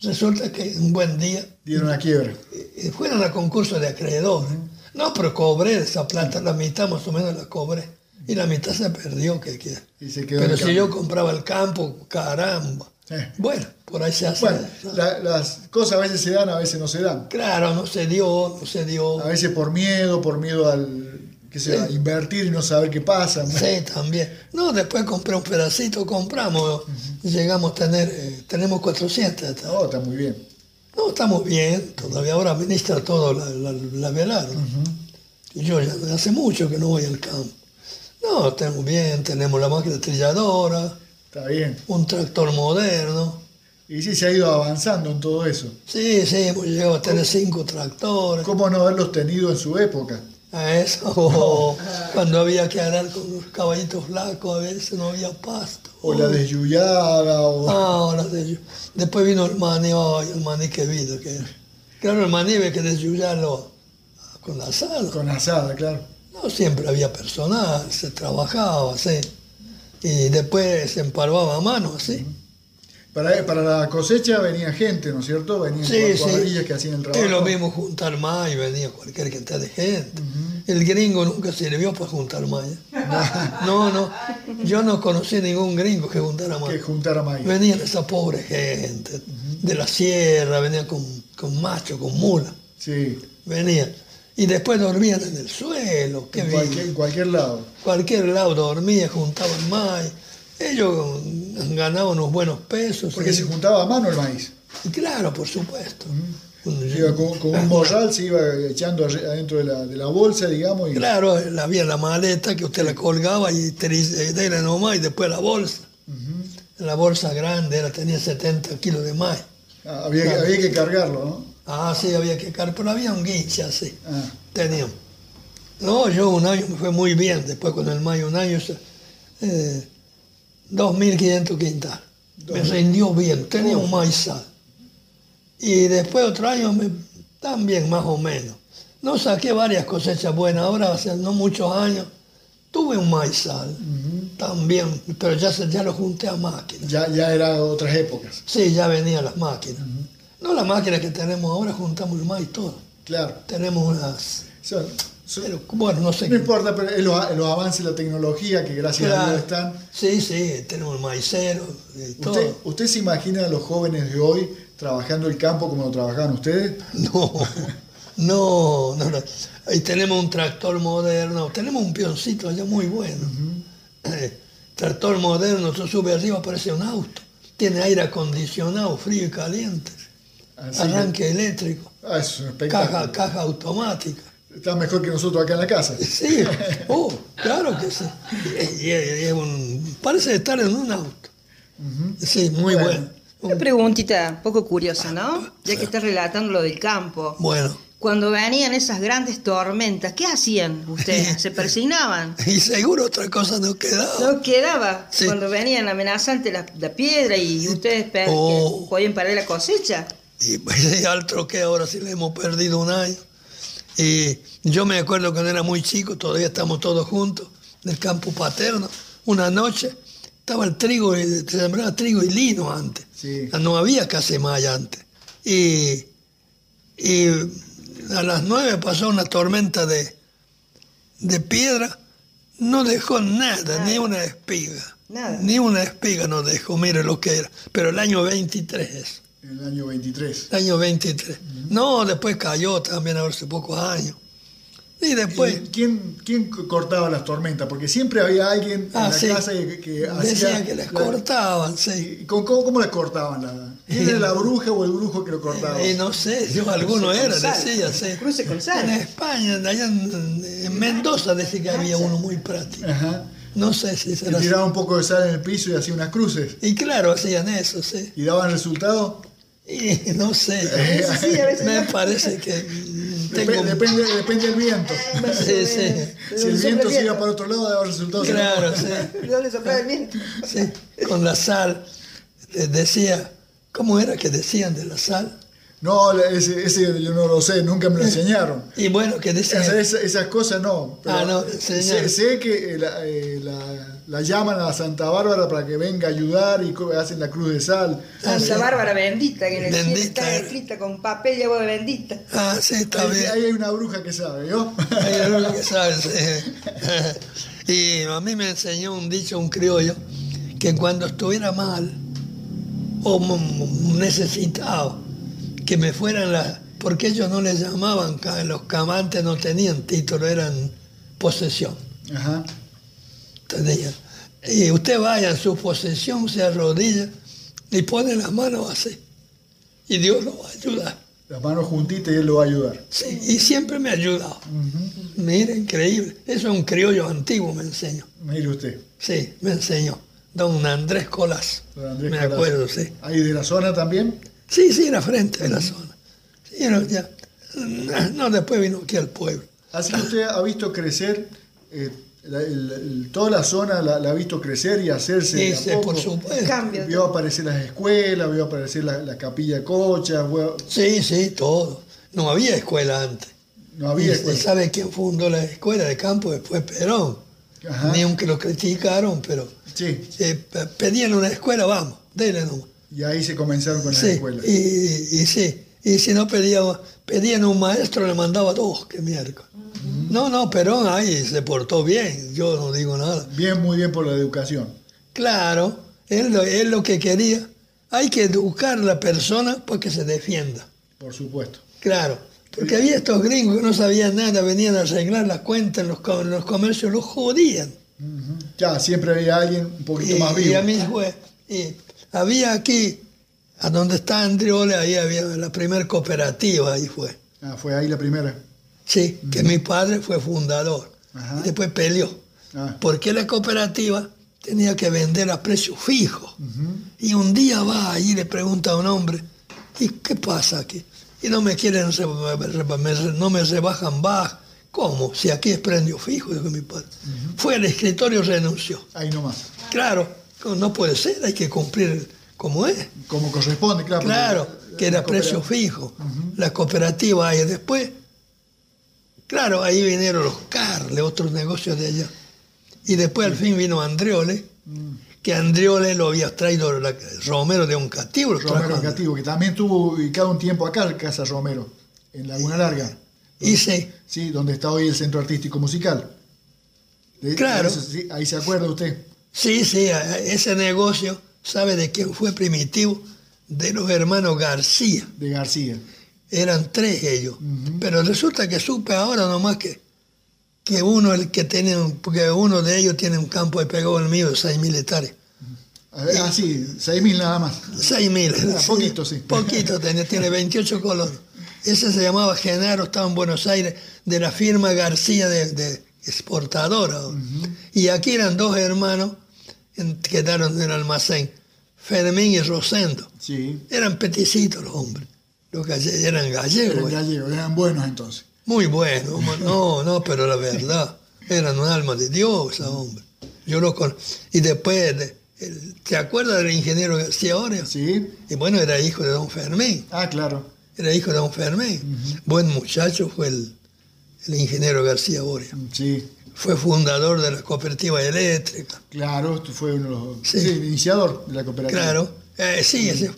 D: resulta que un buen día
E: Dieron a quiebra.
D: eh, fueron a concurso de acreedores. No, pero cobré esa plata, la mitad más o menos la cobré. Y la mitad se perdió, que quiera.
E: Y se quedó
D: Pero
E: el
D: si
E: cambio.
D: yo compraba el campo, caramba.
E: Sí.
D: Bueno, por ahí se hace.
E: Bueno,
D: ¿no?
E: la- las cosas a veces se dan, a veces no se dan.
D: Claro, no se dio, no se dio.
E: A veces por miedo, por miedo al qué sé, yo, a invertir y no saber qué pasa.
D: Sí, también. No, después compré un pedacito, compramos, llegamos a tener, eh, tenemos 400 hasta ahora.
E: Oh, está muy bien.
D: No, estamos bien, todavía ahora administra todo la, la, la Velardo. Y yo ya hace mucho que no voy al campo. No, estamos bien, tenemos la máquina trilladora,
E: Está bien.
D: un tractor moderno.
E: Y sí, se ha ido avanzando en todo eso.
D: Sí, sí, hemos llegado a tener cinco tractores.
E: ¿Cómo no haberlos tenido en su época?
D: A eso, o cuando había que arar con los caballitos flacos, a veces no había pasto.
E: O la desyuyada, o...
D: Ah, ahora de Yu- Después vino el maní, ay, el maní que vino. Que... Claro, el maní había que desyullarlo con la sal.
E: con asada, claro.
D: No siempre había personal, se trabajaba, sí. Y después se empalvaba a mano, así.
E: Para, para la cosecha venía gente, ¿no es cierto? Venían
D: Sí,
E: cuad- cuadrillas
D: sí.
E: que hacían el trabajo.
D: Y lo vimos juntar más y venía cualquier cantidad de gente. El gringo nunca sirvió para juntar más.
E: [LAUGHS]
D: ¿eh? No, no. Yo no conocí ningún gringo que juntara más.
E: Que juntara maíz.
D: Venían esa pobre gente de la sierra, venían con, con macho, con mula.
E: Sí,
D: Venían. Y después dormían en el suelo. Qué
E: en
D: bien.
E: cualquier, en cualquier lado.
D: cualquier lado dormía, juntaban más. Ellos ganaban unos buenos pesos.
E: Porque
D: y-
E: se juntaba a mano el maíz.
D: y claro, por supuesto.
E: Se iba con, con un morral se iba echando allí- adentro de la, de la bolsa, digamos,
D: [LAUGHS]
E: y
D: Claro, había la maleta que usted la colgaba y te dice, dele nomás y después la bolsa. La bolsa grande era, tenía 70 kilos de más.
E: ah, había, que- había que cargarlo, ¿no?
D: Ah, sí, había que cargar, pero había un guinche así.
E: Ah,
D: Teníamos. No, yo un año me fue muy bien, después con el mayo un año, se- eh, 2.500 quintal. Me rindió bien, tenía un maizal. Y después otro año me- también más o menos. No saqué varias cosechas buenas, ahora hace no muchos años tuve un maizal también, pero ya, se- ya lo junté a máquina.
E: ya, ya era otras épocas,
D: Sí, ya venían las máquinas. No las máquinas que tenemos ahora, juntamos el maíz todo.
E: claro.
D: Tenemos unas...
E: Son- son-
D: Pero bueno, no sé
E: no importa, pero es los, los avances de la tecnología que gracias a
D: Claro.
E: Dios están.
D: Sí, sí, tenemos el maicero, eh, todo.
E: ¿Usted, ¿Usted se imagina a los jóvenes de hoy trabajando el campo como lo trabajaban ustedes?
D: No, [LAUGHS] no, no, no. Y tenemos un tractor moderno, tenemos un pioncito allá muy bueno. Eh, tractor moderno, tú subes arriba, parece un auto. Tiene aire acondicionado, frío y caliente.
E: Así que-
D: Arranque eléctrico,
E: ah, es un espectáculo.
D: caja, caja automática.
E: Está mejor que nosotros acá en la casa.
D: Sí, oh, claro que sí. Y- y- y es un- parece estar en un auto. Sí, muy bueno.
B: Una preguntita un poco curiosa, ¿no? Ya que estás relatando lo del campo.
D: Bueno.
B: Cuando venían esas grandes tormentas, ¿qué hacían
E: [LAUGHS]
B: ustedes? ¿Se persignaban?
D: [LAUGHS] Y seguro otra cosa no quedaba.
B: No quedaba
D: Sí.
B: cuando venían amenazantes la, la piedra y ustedes pe-
D: Oh.
B: que podían perder la cosecha.
D: Y pues [LAUGHS] ese al troque ahora sí le hemos perdido un año. Y yo me acuerdo cuando era muy chico, todavía estamos todos juntos, en el campo paterno, una noche estaba el trigo, se sembraba trigo y lino antes.
E: Sí.
D: No había casemaya antes. Y, y a las nueve pasó una tormenta de, de piedra, no dejó nada, ni una espiga.
B: Nada.
D: Ni una espiga no dejó, mire lo que era. Pero el año 23 es,
E: En el año 23.
D: el año 23. No, después cayó también hace pocos años. Y después...
E: ¿Y ¿Quién, ¿Quién c- cortaba las tormentas? Porque siempre había alguien
D: Ah,
E: en la
D: sí.
E: casa que, que hacía.
D: Decían que las
E: la-
D: cortaban, sí.
E: ¿Y con- cómo, cómo las cortaban? La, ¿Quién era la bruja o el brujo que
D: [LAUGHS]
E: lo cortaba?
D: Y no sé, yo alguno era,
B: sal.
D: decía, sí.
B: Cruce con
D: En
B: sal.
D: España, allá en, en Mendoza, decía que
B: Ah,
D: había uno muy práctico.
E: Ajá.
D: No sé si
E: Y
D: será así.
E: tiraba un poco de sal en el piso y hacía unas cruces.
D: Y claro, hacían eso, sí.
E: ¿Y daban resultado?
D: Y no sé,
B: veces sí, [LAUGHS] a veces
D: me
B: no.
D: parate que mm,
E: Dep-
D: tengo...
E: depende, depende del viento.
D: Sí, sí,
E: Si el viento se iba para otro lado, daba resultado. Si no,
D: claro, sí,
B: ¿Dónde soplaba el viento?
D: sí. Con la sal, eh, decía, ¿cómo era que decían de la sal?
E: No, la- ese, ese yo no lo sé,
D: [LAUGHS]
E: nunca me lo enseñaron.
D: Y bueno, que
E: O sea,
D: decían...
E: esa- esas cosas no. pero
D: Ah, no,
E: sé,
D: enseñaron.
E: sé que eh, la, eh, la- la llaman a Santa Bárbara para que venga a ayudar y co- hacen la cruz de sal.
D: "Ah,
B: Santa Bárbara bendita, que en el cielo
D: Bendita.
B: está escrita con papel y agua bendita.
D: Ah, sí, está
E: Ahí,
D: bien.
E: ahí hay una bruja que sabe, ¿no?
D: Ay, era lo que sabes, eh. Y a mí me enseñó un dicho, un criollo, que cuando estuviera mal o mu- mu- necesitado, que me fueran las... Porque ellos no les llamaban, ca- los camantes no tenían título, eran posesión.
E: [LAUGHS] Ajá.
D: tenían. Y usted vaya en su posesión, se arrodilla y pone las manos así. Y Dios lo va a ayudar.
E: Las manos juntitas y él lo va a ayudar.
D: Sí, y siempre me ha ayudado.
E: Ujú.
D: Mira, increíble. Eso es un criollo antiguo, me enseñó.
E: Mire usted,
D: Sí, me enseñó. Don Andrés Colás.
E: don Andrés
D: me
E: Corazza.
D: acuerdo, sí.
E: Ahí de la zona también.
D: Sí, sí, era frente de la zona. Sí, era ya. No, después vino aquí al pueblo.
E: Así que usted ha visto crecer, eh, la- el- el- toda la zona la, la ha visto crecer y hacerse. de
D: Sí,
E: a
D: sí,
E: poco.
D: por supuesto.
B: Cambio.
E: Vio aparecer las escuelas, vio aparecer la, la capilla cocha, vio-
D: Sí, sí, todo. No había escuela antes.
E: no había
D: Y-
E: escuela.
D: y ¿Sabe quién fundó la escuela de campo? Después Perón.
E: Ajá.
D: Ni aunque lo criticaron, pero
E: Sí,
D: eh, pe- pedían una escuela, vamos, dele nomás.
E: y ahí se comenzaron con las
D: Sí,
E: escuelas.
D: y, y- y sí, y si no pedía, pedían un maestro, le mandaba dos, que miércoles. No, no, Perón ahí se portó bien, yo no digo nada.
E: Bien, muy bien por la educación.
D: Claro, él, lo- él lo que quería, hay que educar a la persona para que se defienda,
E: Por supuesto.
D: claro. Porque había estos gringos que no sabían nada, venían a arreglar las cuentas en los, co- en los comercios, los jodían.
E: Ujú. Ya, siempre había alguien un poquito
D: Y,
E: más
D: y
E: vivo.
D: a mí fue, y había aquí, a donde está Andriole, ahí había la primera cooperativa, ahí fue.
E: Ah, fue ahí la primera.
D: Sí, que mi padre fue fundador.
E: Ajá.
D: Y después peleó.
E: Ah,
D: Porque la cooperativa tenía que vender a precios fijos.
E: ujú.
D: Y un día va allí y le pregunta a un hombre, ¿y qué pasa aquí? Y no me quieren, re- re- me re- no me rebajan baja. ¿Cómo? Si aquí es precio fijo, dijo mi padre. Fue al escritorio y renunció.
E: Ahí nomás.
D: Claro, no puede ser, hay que cumplir como es.
E: Como corresponde, claro. porque
D: Claro, que
E: Ah, la
D: era
E: coopera-
D: precio fijo. La cooperativa y después, claro, ahí vinieron los Carles, otros negocios de allá. Y después al fin vino Andriole,
E: Mm.
D: que Andriole lo había traído la- Romero de un cativo. lo trajo
E: Romero
D: Andriole.
E: Cativo, que también estuvo ubicado un tiempo acá, Casa Romero, en Laguna Larga,
D: Y sí,
E: sí, donde está hoy el Centro Artístico Musical. De-
D: Claro.
E: eso sí, ahí se acuerda usted.
D: sí, sí, a- a- ese negocio, ¿sabe de quién fue primitivo? De los hermanos García.
E: de García.
D: Eran tres ellos. Pero resulta que supe ahora nomás que, que uno el que tiene un- porque uno de ellos tiene un campo de pegado el mío de seis mil hectáreas.
E: A ver, ah, sí, 6.000 nada más.
D: Seis mil.
E: Ah, poquito, sí.
D: Poquito tiene,
E: [LAUGHS]
D: tiene 28 colonos. Ese se llamaba Genaro, estaba en Buenos Aires, de la firma García de, de exportadora. Y aquí eran dos hermanos en- que quedaron en el almacén, Fermín y Rosendo.
E: Sí,
D: Eran peticitos los hombres. Los galle- eran
E: eran
D: gallegos.
E: gallegos, eran buenos entonces.
D: Muy bueno, mo- no, no, pero la verdad, eran un alma de Dios, ese hombre. Yo lo con... Y después, de- el- ¿te acuerdas del ingeniero García Oria?
E: Sí,
D: Y bueno, era hijo de don Fermín,
E: ah, claro.
D: era hijo de don Fermín. Buen muchacho fue el, el ingeniero García Oria.
E: Sí,
D: fue fundador de la cooperativa eléctrica.
E: Claro, tú fue uno de los
D: Sí.
E: sí, iniciador de la cooperativa.
D: Claro, eh, sí, ese-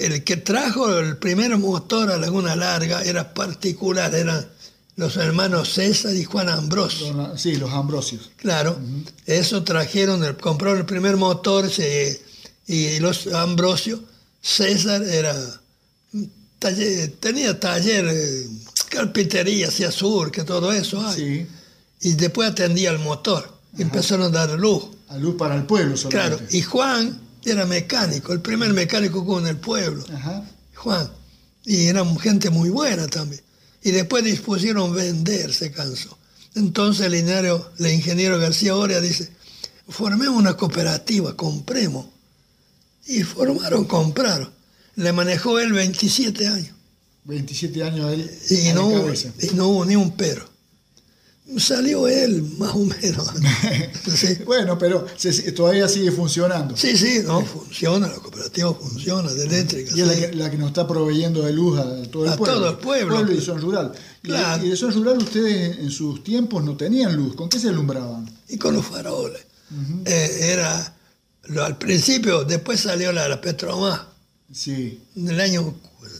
D: el que trajo el primer motor a Laguna Larga era particular, eran los hermanos César y Juan Ambrosio.
E: Don- sí, los Ambrosios.
D: Claro, eso trajeron, el, compraron el primer motor se- y los Ambrosio. César era un taller- tenía taller, eh, carpintería, hacía surque, todo eso. ay.
E: Sí,
D: Y después atendía el motor. Empezaron a dar luz.
E: a luz para el pueblo solamente.
D: Claro, y Juan era mecánico, el primer mecánico que hubo en el pueblo.
E: Ajá.
D: Juan. Y eran gente muy buena también. Y después dispusieron vender, se cansó. Entonces el ingeniero, el ingeniero García Oria dice, formemos una cooperativa, compremos. Y formaron, compraron. Le manejó él 27 años.
E: 27 años él
D: Y
E: a la
D: no, hubo,
E: cabeza.
D: y no hubo ni un pero. Salió él, más o
E: [LAUGHS]
D: menos. Sí.
E: Bueno, pero se- se- todavía sigue funcionando.
D: Sí, sí, no, funciona, la cooperativa funciona, de eléctrica.
E: Y es la
D: sí.
E: que, la que nos está proveyendo de luz a todo el
D: A
E: pueblo.
D: todo el pueblo.
E: y zona rural. Y de-
D: Claro.
E: Y, de zona rural ustedes en sus tiempos no tenían luz. ¿Con qué se alumbraban?
D: Y con los faroles. Eh, era, lo- al principio, después salió la, la Petromás,
E: Sí,
D: en el año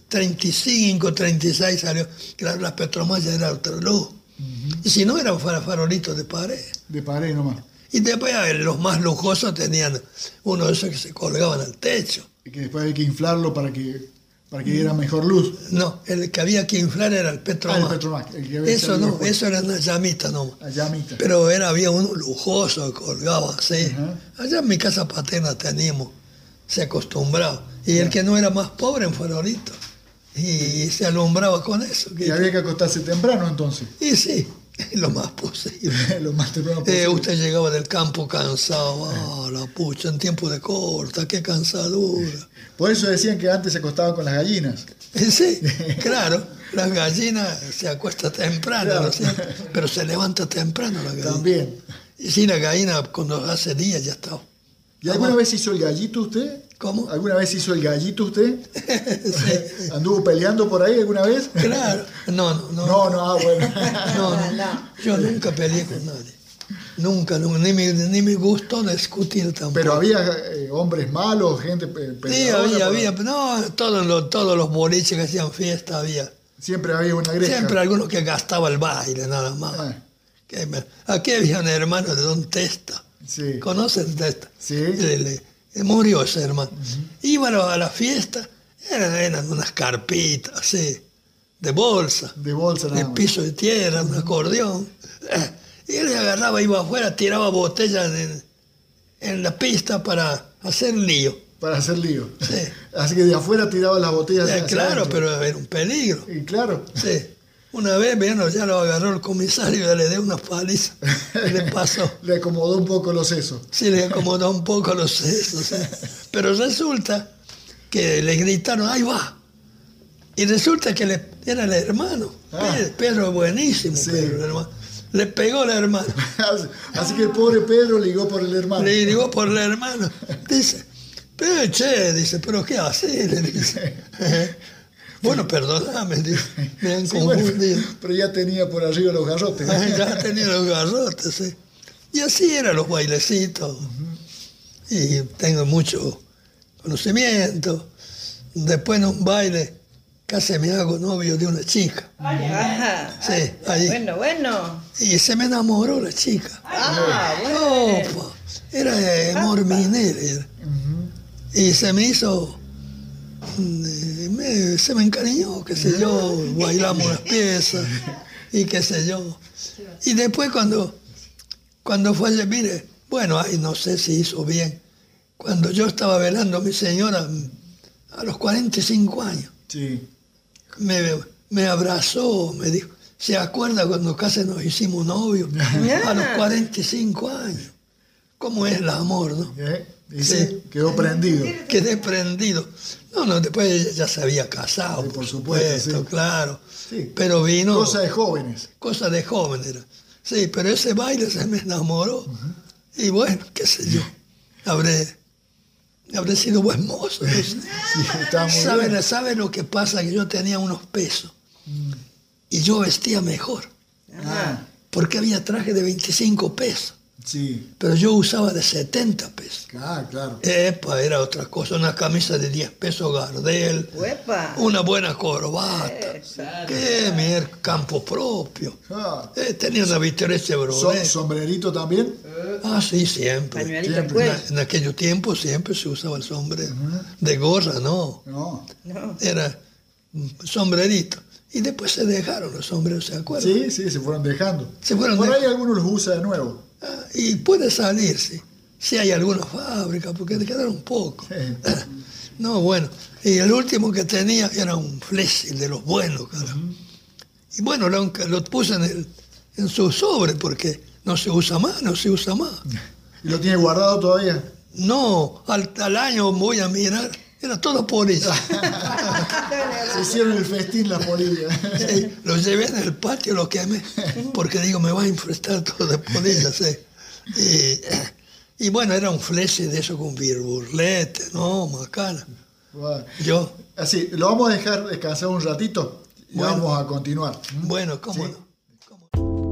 D: 35, 36 salió, claro, la Petromás ya era otra luz. Y si no, eran fa- farolitos de pared.
E: de pared nomás.
D: Y después a ver, los más lujosos tenían uno de esos que se colgaban al techo.
E: Y que después hay que inflarlo para que, para que diera mejor luz.
D: No, el que había que inflar era el Petromás.
E: Ah, el Petromás, el que había
D: eso no,
E: salido después.
D: eso era una llamita nomás.
E: La llamita.
D: Pero era, había uno lujoso que colgaba así.
E: Ajá.
D: Allá en mi casa paterna teníamos, se acostumbraba. Y el que no era más pobre en Farolito. Y se alumbraba con eso. que-
E: y había que acostarse temprano entonces. [LAUGHS]
D: y sí, [LAUGHS] lo más posible.
E: Lo más temprano
D: Eh,
E: posible.
D: usted llegaba del campo cansado, ah, la pucha, en tiempo de corta, qué cansadura.
E: Por eso decían que antes se acostaban con las gallinas.
D: Eh,
E: [LAUGHS]
D: Sí, claro, las gallinas se acuestan temprano,
E: Claro.
D: ¿no es cierto? pero se levanta temprano la gallina.
E: También.
D: Y sí, la gallina cuando hace día ya está.
E: ¿Y alguna vez hizo el gallito usted?
D: ¿Cómo?
E: ¿Alguna vez hizo el gallito usted?
D: [LAUGHS] Sí,
E: ¿Anduvo peleando por ahí alguna vez?
D: claro. No, no, no.
E: No, no, ah, bueno.
D: No, no. Yo nunca peleé con nadie. Nunca, nunca. Ni me, ni me gustó discutir tampoco.
E: Pero había eh, hombres malos, gente pe-
D: sí,
E: peleadora,
D: había,
E: por-
D: había. No, todos los, todos los boliches que hacían fiesta había.
E: Siempre había una greja.
D: Siempre algunos que gastaba el baile nada más.
E: Ah,
D: Que me- Aquí había un hermano de Don Testa.
E: sí.
D: ¿Conocen Testa?
E: Sí.
D: Le- le- le murió ese hermano. Iban a la fiesta, eran, eran unas carpitas, así, de bolsa.
E: De bolsa nada
D: el
E: más.
D: piso de tierra, un acordeón. Y él agarraba, iba afuera, tiraba botellas en, en la pista para hacer lío.
E: Para hacer lío.
D: Sí.
E: Así que de afuera tiraba las botellas.
D: Eh,
E: hacia
D: claro,
E: adentro.
D: pero era un peligro.
E: Y claro.
D: Sí. Una vez, bueno, ya lo agarró el comisario, ya le dio una paliza. Le pasó.
E: Le acomodó un poco los sesos.
D: Sí, le acomodó un poco los sesos. sí. Pero resulta que le gritaron, ahí va. Y resulta que le, era el hermano.
E: Ah.
D: Pedro, Pedro es buenísimo,
E: Sí.
D: Pedro, el hermano. Le pegó el hermano.
E: Así que el pobre Pedro ligó por el hermano.
D: Le digo por el hermano. Dice, pero che, dice, pero ¿qué hace? Le
E: [LAUGHS]
D: dice. Bueno, perdóname, dice, me han
E: Sí, bueno,
D: confundido. [LAUGHS]
E: pero ya tenía por arriba los garrotes.
D: Ay, Ya tenía los garrotes, sí. Y así eran los bailecitos. Y tengo mucho conocimiento. Después en un baile casi me hago novio de una chica.
B: Ajá.
D: Sí,
E: Ah,
D: ahí.
B: Bueno, bueno.
D: Y se me enamoró la chica.
B: Ah, bueno.
D: Opa, era eh, amor minero. era. Y se me hizo. mm, me- se me encariñó, qué sé yo, bailamos las piezas y qué sé yo. Y después cuando, cuando fue, ayer, mire, bueno, ay, no sé si hizo bien. Cuando yo estaba velando a mi señora mm, a los 45 años,
E: Sí.
D: me, me abrazó, me dijo, ¿se acuerda cuando casi nos hicimos novios?
E: [LAUGHS]
D: A los 45 años. ¿Cómo es el amor, no?
E: ¿Eh? Y
D: Sí.
E: sí, quedó prendido.
D: Quedé prendido. No, no, después ella ya se había casado,
E: Sí,
D: por supuesto,
E: sí.
D: claro.
E: Sí.
D: Pero vino...
E: Cosa de jóvenes.
D: cosa de joven era. Sí, pero ese baile se me enamoró. Y bueno, qué sé yo. Habré, habré sido buen mozo. no sé.
E: Sí, está muy bien.
D: ¿Sabe, sabe lo que pasa? Que yo tenía unos pesos. Y yo vestía mejor.
E: Ah,
D: porque había traje de 25 pesos,
E: Sí,
D: pero yo usaba de 70 pesos.
E: ah, claro.
D: Epa, era otra cosa, una camisa de 10 pesos Gardel,
B: ¡Uepa!
D: una buena corbata, qué mier campo propio.
E: Ah,
D: Eh, tenía una vitrecha
E: ¿so-
D: brodé.
E: ¿Sombrerito también?
D: Ah, sí, siempre.
B: Pañuelito,
E: Siempre.
D: En,
B: pues.
D: en aquellos tiempos siempre se usaba el sombrero. De gorra, no.
E: No.
B: No.
D: Era mm, sombrerito. Y después se dejaron los sombreros, ¿se acuerdan?
E: Sí, sí, se fueron dejando.
D: Se fueron
E: Por
D: de-
E: ahí algunos los usa de nuevo. [LAUGHS]
D: Ah, Y puede salirse, si hay alguna fábrica, porque te quedaron pocos.
E: Sí.
D: [LAUGHS] No, bueno. Y el último que tenía era un flesil de los buenos, carajo. Y bueno, lo, lo puse en, el- en su sobre porque no se usa más, no se usa más.
E: ¿Y lo tiene guardado todavía?
D: No, al, al año voy a mirar. Era todo
E: [LAUGHS]
D: polilla.
E: Ah, Se hicieron el festín las polillas.
D: Sí, lo llevé en el patio, lo quemé, porque digo, me va a infestar todo de polilla. sí. Y, y bueno, era un flese de eso con virburlete, ¿no? Macana.
E: [LAUGHS] Bueno,
D: Yo,
E: Así, lo vamos a dejar descansar un ratito y
D: Bueno.
E: vamos a continuar.
D: bueno, ¿cómo
E: Sí.
D: no?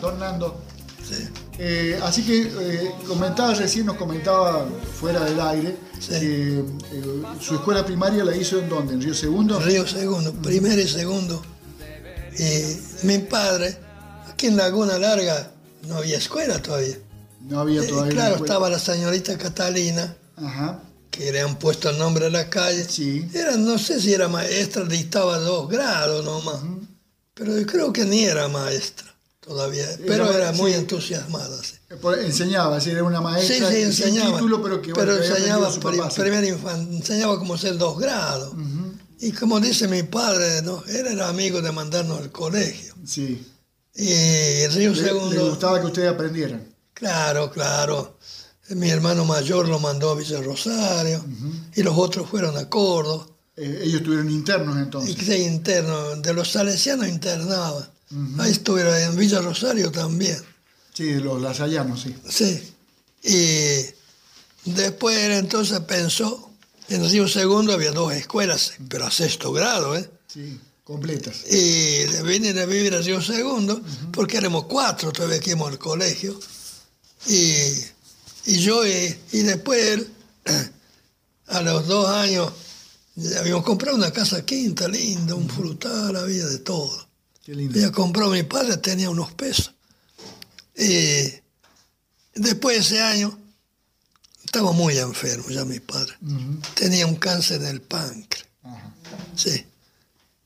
E: Don Nando.
D: Sí.
E: Eh, así que eh, comentaba recién, nos comentaba fuera del aire,
D: Sí.
E: que eh, su escuela primaria la hizo en dónde, en Río Segundo.
D: Río Segundo, primero y segundo. Eh, mi padre, aquí en Laguna Larga no había escuela todavía.
E: No había
D: Eh,
E: todavía. una
D: claro,
E: escuela.
D: estaba la señorita Catalina,
E: Ajá.
D: que le han puesto el nombre a la calle.
E: Sí.
D: Era, no sé si era maestra, dictaba dos grados nomás. Pero yo creo que ni era maestra todavía. Pero
E: ma-
D: era, muy
E: sí.
D: entusiasmada. Sí,
E: Eh, por- Enseñaba, sí, era una
D: sí,
E: maestra.
D: sí,
E: sin
D: enseñaba.
E: título, pero que, bueno,
D: pero
E: que había
D: enseñaba,
E: aprendido su
D: pri-
E: papá, sí.
D: primera infan- enseñaba como ser dos grados. Y como dice mi padre, ¿no? él era amigo de mandarnos al colegio.
E: Sí.
D: Y Río
E: Le, le
D: Segundo.
E: gustaba que ustedes aprendieran.
D: Claro, claro. Mi hermano mayor lo mandó a Villa Rosario y los otros fueron a Córdoba.
E: Eh, ellos estuvieron internos
D: Y
E: entonces.
D: que interno, de los salesianos internaban. Ahí estuvieron en Villa Rosario también.
E: Sí, los lasallanos, sí.
D: Sí. Y después él entonces pensó, en Río Segundo había dos escuelas, pero a sexto grado, ¿eh?
E: Sí, completas.
D: Y vine a vivir a Río Segundo, porque éramos cuatro todavía que íbamos al colegio. Y, y yo, eh, y, después él, [CLEARS THROAT] a los dos años, ya habíamos comprado una casa quinta linda, un frutal, había de todo.
E: Qué lindo.
D: Ella compró mi padre, tenía unos pesos. Y después de ese año, estaba muy enfermo ya mi padre.
E: Ujú.
D: Tenía un cáncer del páncreas.
E: Ajá.
D: Sí.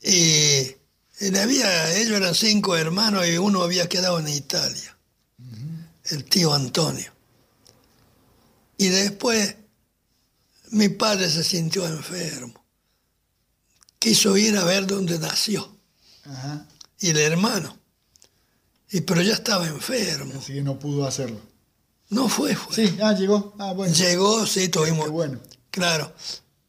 D: Y, y le había, ellos eran cinco hermanos y uno había quedado en Italia, el tío Antonio. Y después mi padre se sintió enfermo. Quiso ir a ver dónde nació
E: Ajá.
D: y el hermano. Y, pero ya estaba enfermo.
E: Así que no pudo hacerlo.
D: No fue, fue.
E: Sí, ah, llegó. Ah, bueno.
D: Llegó, sí,
E: Qué
D: tuvimos,
E: bueno.
D: Claro,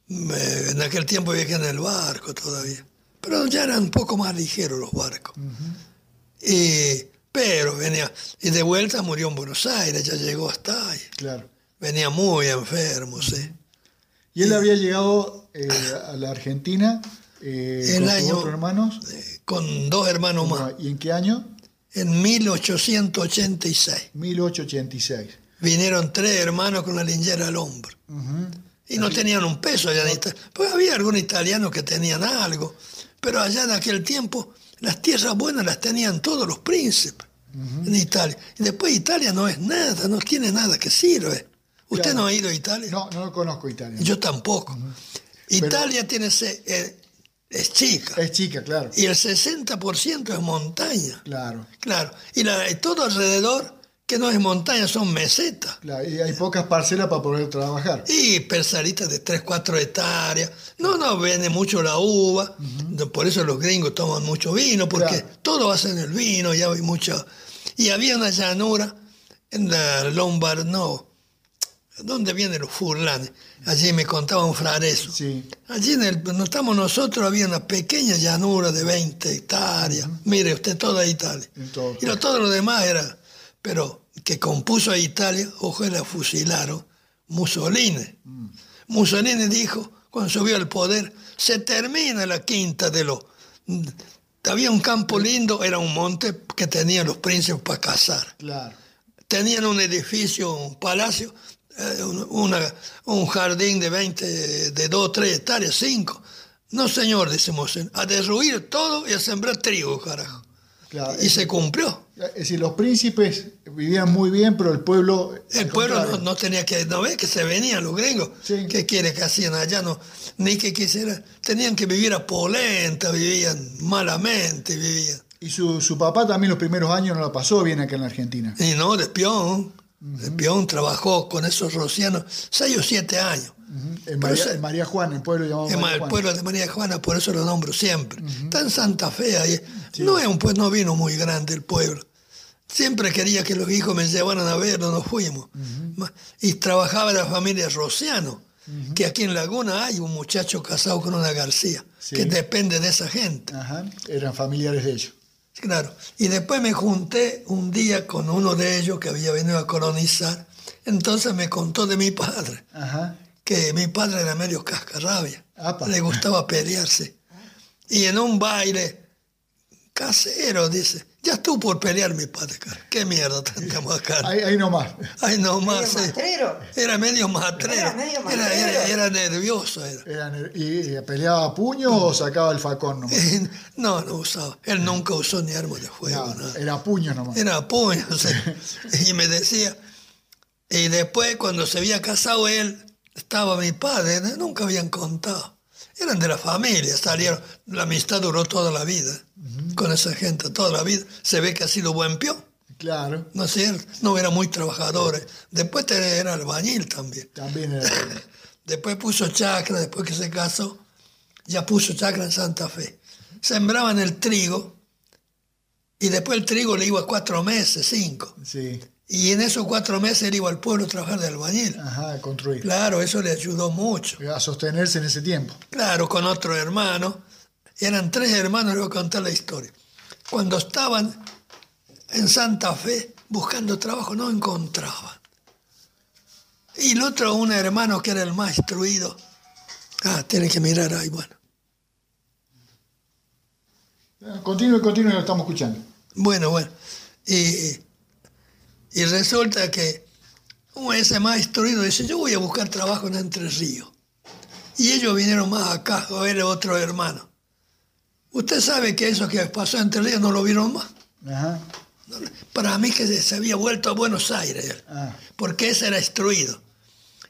D: me- en aquel tiempo viajé en el barco todavía, pero ya eran un poco más ligeros los barcos. y, pero venía, y de vuelta murió en Buenos Aires, ya llegó hasta ahí.
E: Claro.
D: Venía muy enfermo, sí.
E: Y él había llegado eh, a la Argentina eh,
D: El
E: con sus
D: año-
E: otros hermanos.
D: Eh, Con dos hermanos
A: Ah,
D: más.
E: ¿Y en qué año?
D: En 1886
E: 1886.
D: vinieron tres hermanos con la linchera al hombro.
E: Ujú.
D: Y no tenían un peso allá en Italia. Pues había algunos italianos que tenían algo, pero allá en aquel tiempo las tierras buenas las tenían todos los príncipes en Italia. Y después Italia no es nada, no tiene nada que sirve. ¿Usted
E: Claro.
D: no ha ido a Italia?
E: No, no lo conozco Italia.
D: Yo tampoco. Italia tiene ese- eh, es chica
E: Es chica, claro.
D: y el 60% es montaña.
E: Claro,
D: Claro. Y la- y todo alrededor, que no es montaña, son mesetas.
E: claro. Y hay pocas parcelas para poder trabajar.
D: Y persalitas de 3, 4 hectáreas. No, no, vende mucho la uva. Por eso los gringos toman mucho vino, porque
E: Claro.
D: todos hacen el vino, ya hay mucho. Y había una llanura en la Lombard, no, ¿dónde vienen los furlanes? Allí me contaba un frareso.
E: Sí.
D: Allí en el, donde estamos nosotros había una pequeña llanura de 20 hectáreas. Mire usted, toda Italia.
E: En todo.
D: Y lo, todo lo demás era, pero que compuso a Italia, ojalá fusilaron, Mussolini. Mussolini dijo, cuando subió al poder, se termina la quinta de los Había un campo lindo, era un monte que tenían los príncipes para cazar.
A: Claro.
D: Tenían un edificio, un palacio, eh, una, un jardín de 20, de 2, 3 hectáreas, 5. No, señor, decimos, a derruir todo y a sembrar trigo, carajo.
E: Ah,
A: Claro,
D: y se cumplió.
A: Es decir, los príncipes vivían muy bien, pero el pueblo...
D: El
A: al
D: pueblo no,
A: contrario.
D: no tenía que, no ves que se venían los gringos.
A: Sí.
D: ¿Qué quiere que hacían allá? No, ni que quisieran. Tenían que vivir a polenta, vivían malamente, vivían.
A: Y su, su papá también los primeros años no la pasó bien acá en la Argentina.
D: Y no, de peón. De peón trabajó con esos rocianos seis o siete años.
A: En
D: Pero
A: María,
D: se-
A: en María Juana, el pueblo llamado
D: Es más,
A: María
D: el
A: Juana.
D: pueblo de María Juana, por eso lo nombro siempre. Está en Santa Fe ahí. No es un pueblo, no vino muy grande el pueblo. Siempre quería que los hijos me llevaran a verlo, nos fuimos. Ma- Y trabajaba la familia Rociano, que aquí en Laguna hay un muchacho casado con una García,
A: Sí.
D: que depende de esa gente.
A: Ajá, eran familiares de ellos.
D: Claro. Y después me junté un día con uno de ellos que había venido a colonizar. Entonces me contó de mi padre
A: Ajá.
D: que mi padre era medio cascarrabia,
A: Apa.
D: le gustaba pelearse. Y en un baile casero, dice, ya estuvo por pelear mi padre, cara. qué mierda tanta macana.
A: Ahí, ahí nomás.
D: Ay, no
B: Medio
D: más, eh.
B: mastrero.
D: era medio matrero,
B: Era medio
D: era, era-
B: matrero.
D: era nervioso. Era. [LAUGHS]
A: Eran, eh, y, y peleaba a puño o sacaba el facón nomás.
D: No, no usaba, él nunca usó ni armas de fuego.
A: No,
D: nada.
A: era a puño nomás.
D: Era puño, sí. [LAUGHS] Y me decía. Y después, cuando se había casado él, estaba mi padre, ¿no? nunca habían contado. Eran de la familia, salieron. La amistad duró toda la vida con esa gente, toda la vida. Se ve que ha sido buen pio,
A: Claro,
D: ¿no es cierto? No era muy trabajador. Después te- era albañil también.
A: también era.
D: Después puso chacra, después que se casó, ya puso chacra en Santa Fe. Sembraban el trigo y después el trigo le iba cuatro meses, cinco.
A: Sí,
D: Y en esos cuatro meses él iba al pueblo a trabajar de albañil.
A: ajá, construir.
D: Claro, eso le ayudó mucho.
A: A sostenerse en ese tiempo.
D: Claro, con otro hermano. Eran tres hermanos, les voy a contar la historia. Cuando estaban en Santa Fe buscando trabajo, no encontraban. Y el otro, un hermano que era el más instruido. Ah, tiene que mirar ahí, bueno.
A: Continúe, continúe, lo estamos escuchando.
D: Bueno, bueno. Y, y resulta que un- ese más instruido dice, yo voy a buscar trabajo en Entre Ríos. Y ellos vinieron más acá a ver a otro hermano. Usted sabe que eso que pasó en Entre Ríos no lo vieron más.
A: Ajá,
D: No le- Para mí que se había vuelto a Buenos Aires, él,
A: ah,
D: porque ese era instruido.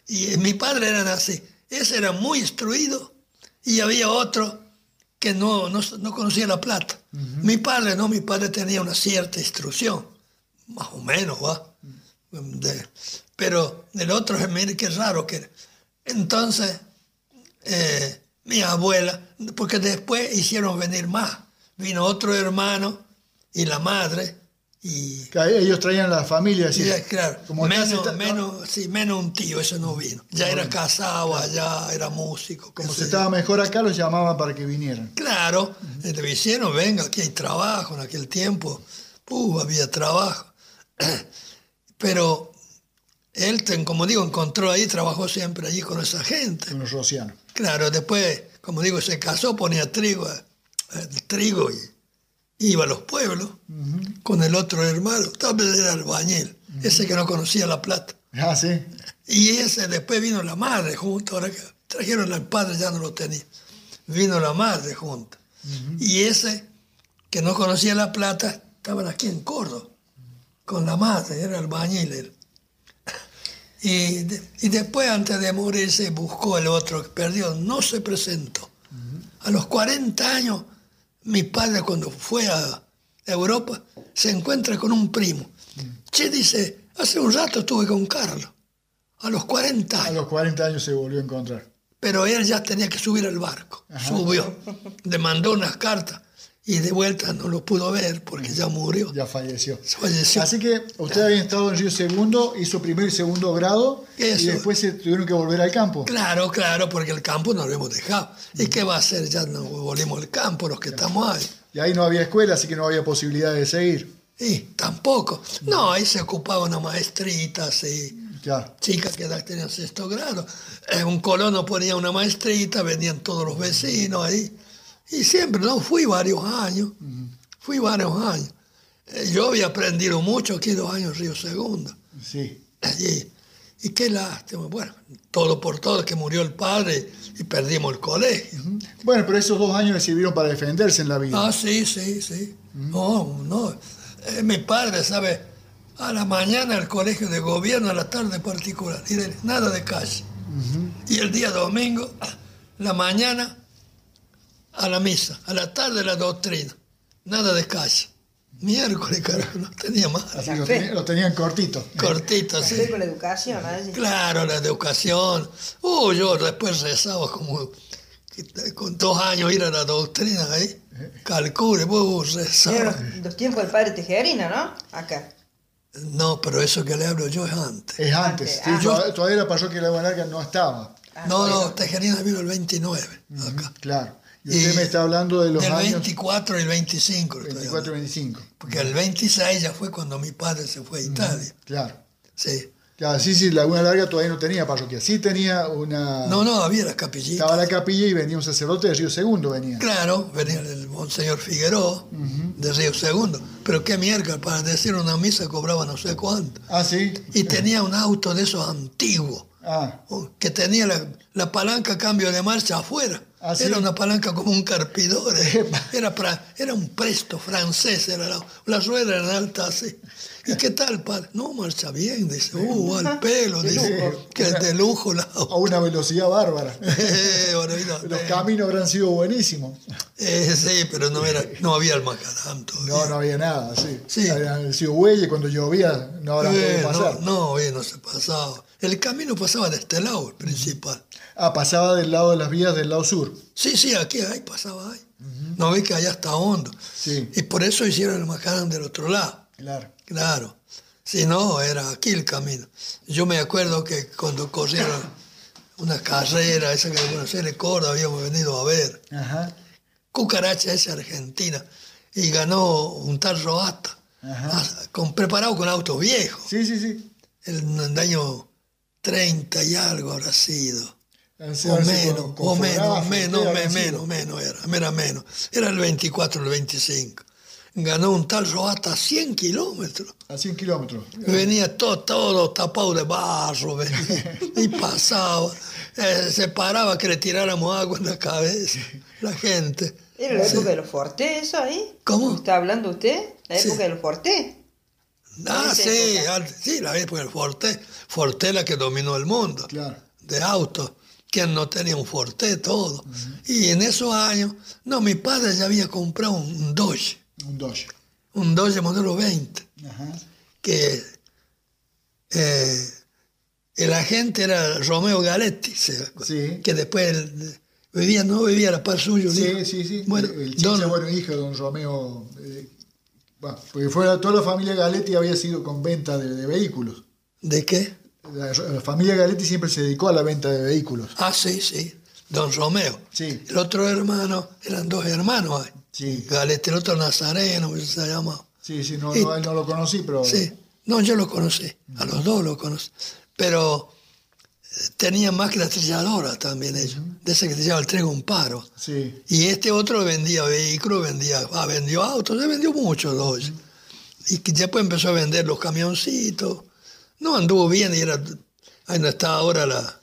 D: Y eh, mi padre era así. Ese era muy instruido y había otro que no, no, no conocía la plata. Mi padre no, mi padre tenía una cierta instrucción, más o menos, ¿va? De- pero el otro, mire qué raro que era. Entonces, eh, mi abuela, porque después hicieron venir más. Vino otro hermano y la madre y
A: Que ellos traían la familia, así.
D: Sí, claro.
A: Como acá
D: menos,
A: se está-
D: menos, sí, menos un tío, ese no vino. Ya era casado, allá era músico. qué
A: Como
D: sé
A: se
D: yo.
A: estaba mejor acá, los llamaban para que vinieran.
D: Claro, le hicieron, venga, aquí hay trabajo en aquel tiempo. Uh, había trabajo. [CLEARS THROAT] Pero él, ten- como digo, encontró ahí, trabajó siempre allí con esa gente.
A: Con los rocianos.
D: Claro, después, como digo, se casó, ponía trigo, eh, el trigo y iba a los pueblos con el otro hermano, tal vez era albañil, ese que no conocía la plata.
A: Ah, sí.
D: Y ese después vino la madre junto, ahora que trajeron al padre, ya no lo tenía. Vino la madre junto. Y ese que no conocía la plata, estaban aquí en Córdoba, con la madre, era albañil. él. Y, de- y después, antes de morirse, buscó el otro que perdió, no se presentó. A los 40 años, mi padre, cuando fue a Europa, se encuentra con un primo. Che, dice, hace un rato estuve con Carlos, a los 40
A: A
D: años,
A: los 40 años se volvió a encontrar.
D: pero él ya tenía que subir al barco. Subió, le mandó unas cartas y de vuelta no lo pudo ver porque ya murió.
A: Ya falleció.
D: Falleció.
A: Así que ustedes habían estado en Río Segundo, hizo primer y segundo grado, y
D: Eso.
A: después se tuvieron que volver al campo.
D: Claro, claro, porque el campo no lo hemos dejado. ¿Y qué va a hacer? Ya no volvimos al campo los que estamos ahí.
A: Y ahí no había escuela, así que no había posibilidad de seguir.
D: Y tampoco. No, ahí se ocupaba una maestrita, así.
A: Claro.
D: chicas que edad tenían sexto grado. Eh, un colono ponía una maestrita, venían todos los vecinos ahí. Y siempre, no, fui varios años, fui varios años. Eh, Yo había aprendido mucho aquí los años Río Segundo.
E: Sí.
D: Allí. Y qué lástima, bueno, todo por todo, que murió el padre y perdimos el colegio.
E: Bueno, pero esos dos años le sirvieron para defenderse en la vida.
D: Ah, sí, sí, sí. No, no. Eh, mi padre, ¿sabe? A la mañana el colegio de gobierno, a la tarde particular. Y de- nada de calle. Y el día domingo, la mañana a la misa, a la tarde la doctrina. Nada de calle. Miércoles, carajo, no tenía más.
E: Así lo, tenían, lo tenían cortito.
D: Cortito, sí.
B: Estoy con la educación, ¿eh?
D: Claro, la educación. Oh, yo después rezaba como que- con dos años ir a la doctrina ahí. Calcule, vos
B: Era
D: rezaba.
B: los, los tiempos del padre Tejerina, ¿no? Acá.
D: No, pero eso que le hablo yo es antes.
E: Es antes. sí,
B: Ah.
E: yo- todavía la parroquia de Laguna Larga no estaba.
D: No, no, Tejerina vino el 29 acá.
E: Claro. Y
D: Y
E: usted me está hablando de los
D: Eh, Del
E: años
D: 24 y el 25. estoy hablando.
E: 24 y 25.
D: Porque el 26 ya fue cuando mi padre se fue a Italia.
E: Claro.
D: Sí.
E: Claro, sí, sí, Laguna Larga todavía no tenía parroquia. Sí tenía una...
D: No, no, había las capillitas.
E: Ah. Estaba la capilla y venía un sacerdote de Río Segundo venía.
D: Claro, venía el Monseñor Figueroa de Río Segundo. Pero qué mierda, para decir una misa cobraba no sé cuánto.
E: Ah, sí.
D: Y tenía un auto de esos antiguos,
E: Ah,
D: oh, que tenía la, la palanca a cambio de marcha afuera.
E: Ah, ¿sí?
D: Era una palanca como un carpidor. eh. Era, pra- era un presto francés, era la, la rueda era alta así. ¿Y qué tal, padre? No, marcha bien, dice. Uh, al
E: [LAUGHS]
D: pelo, dice.
E: lujo.
D: Que es de lujo la [LAUGHS]
E: a una velocidad bárbara.
D: Eh, olvídate.
E: Los caminos habrán sido buenísimos.
D: Eh, sí, pero no, era, no había el macadam todavía.
E: No, no había nada, sí.
D: Sí.
E: Habían sido bueyes, cuando llovía no habrán
D: Eh,
E: podido pasar.
D: no, no, eh, no se pasaba. El camino pasaba de este lado, el principal.
E: Ah, pasaba del lado de las vías del lado sur.
D: Sí, sí, aquí, ahí pasaba ahí. No ve que allá está hondo.
E: Sí.
D: Y por eso hicieron el macadam del otro lado.
E: Claro.
D: Claro. Si no, era aquí el camino. Yo me acuerdo que cuando corrieron una carrera, esa que de Buenos Aires, Córdoba, habíamos venido a ver.
E: Ajá.
D: cucaracha esa argentina y ganó un tal Roata,
E: Ajá.
D: Ah, con, preparado con autos viejos,
E: Sí, sí, sí.
D: en el año 30 y algo habrá sido.
E: Han sido-
D: O
E: han sido
D: menos,
E: con- con
D: o menos,
E: fotógrafos,
D: menos,
E: sí,
D: me-
E: han sido.
D: menos, menos era, era menos. Era el 24, el 25. Ganó un tal Roata a 100 kilómetros.
E: A 100 kilómetros.
D: Venía todo, todo tapado de barro, venía, y pasaba. Eh, se paraba que le tiráramos agua en la cabeza, la gente.
B: Era la época de los fortes, eso ahí.
D: ¿Cómo?
B: ¿Está hablando usted? La
D: Sí.
B: época de los fortes.
D: Ah,
B: esa
D: sí,
B: época.
D: antes- sí, la época del Forte. Forte la que dominó el mundo.
E: Claro.
D: De autos. Quien no tenía un Forte, todo. Y en esos años, no, mi padre ya había comprado un, un Dodge,
E: Un Dodge.
D: un Dodge modelo 20,
E: Ajá.
D: que eh, el agente era Romeo Galetti, se-
E: Sí.
D: que después él vivía, no vivía a la par suyo.
E: Sí,
D: dijo.
E: sí, sí.
D: Bueno,
E: el
D: don-
E: chicha, bueno, hijo de don Romeo. eh, bueno, porque fuera toda la familia Galetti había sido con venta de, de vehículos.
D: ¿de qué?
E: La, la familia Galetti siempre se dedicó a la venta de vehículos.
D: Ah, sí, sí, don Romeo.
E: Sí.
D: El otro hermano, eran dos hermanos. ahí.
E: Sí.
D: Galete, el otro Nazareno, que se llama.
E: Sí, sí, no, no, a él no lo conocí, pero.
D: Sí, no, yo lo conocí, a los dos lo conocí. Pero eh, tenía máquina trilladora también ellos, de ese que trillaba el trigo un paro.
E: Sí,
D: Y este otro vendía vehículos, vendía, ah, vendió autos, ya vendió muchos dos. Y que después empezó a vender los camioncitos. No anduvo bien y era, ahí no está ahora la,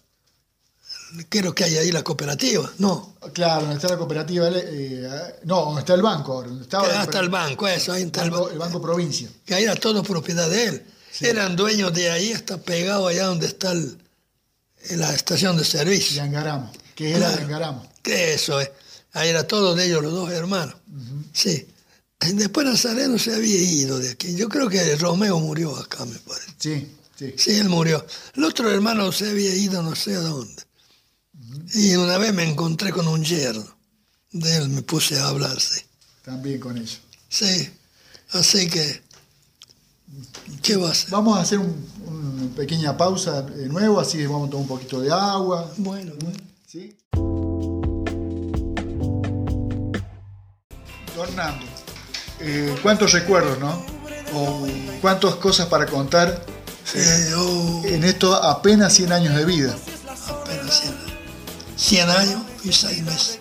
D: creo que hay ahí la cooperativa, no.
E: Claro, donde está la cooperativa. eh, no, donde está el banco ahora. Donde estaba
D: Ah, está el banco, eso, ahí está el
E: el
D: banco.
E: banco, el banco provincia.
D: que ahí era todo propiedad de él. Eran dueños de ahí hasta pegado allá donde está el- en la estación de
E: De
D: servicio.
E: Angaramo. Que era de
D: Claro.
E: Angaramo.
D: Que eso es. Ahí era todo de ellos, los dos hermanos. Sí. Después Nazareno se había ido de aquí. Yo creo que Romeo murió acá, me parece.
E: Sí, sí.
D: Sí, él murió. El otro hermano se había ido no sé a dónde. Y una vez me encontré con un yerno. De él me puse a hablar, sí.
E: También con eso.
D: Sí. Así que, ¿qué va a ser?
E: Vamos a hacer un- una pequeña pausa de nuevo, así vamos a tomar un poquito de agua.
D: Bueno, bueno.
E: ¿sí? Don Hernando, eh, ¿cuántos recuerdos, no? O cuántas cosas para contar
D: Eh, oh,
E: en estos apenas 100 años de vida.
D: apenas 100 años. 100 años y 6 meses.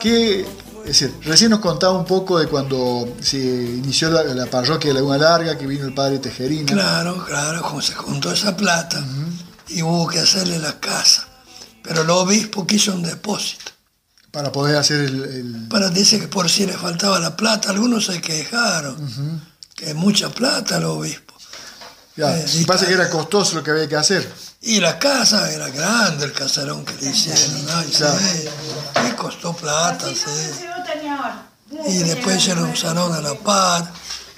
E: ¿Qué, Es decir, recién nos contaba un poco de cuando se inició la, la parroquia de Laguna Larga, que vino el padre Tejerina.
D: Claro, claro, como se juntó esa plata y hubo que hacerle la casa. Pero el obispo quiso un depósito.
E: Para poder hacer el. el-
D: Para dice que por si le faltaba la plata, algunos se quejaron, que mucha plata el obispo.
E: Ya,
D: Eh, sí,
E: pasa que
D: claro.
E: era costoso lo que había que hacer.
D: Y la casa era grande, el casarón que le hicieron, ¿no? Y
E: Claro.
D: sí, y costó plata, sí. Y después hicieron un salón a la par.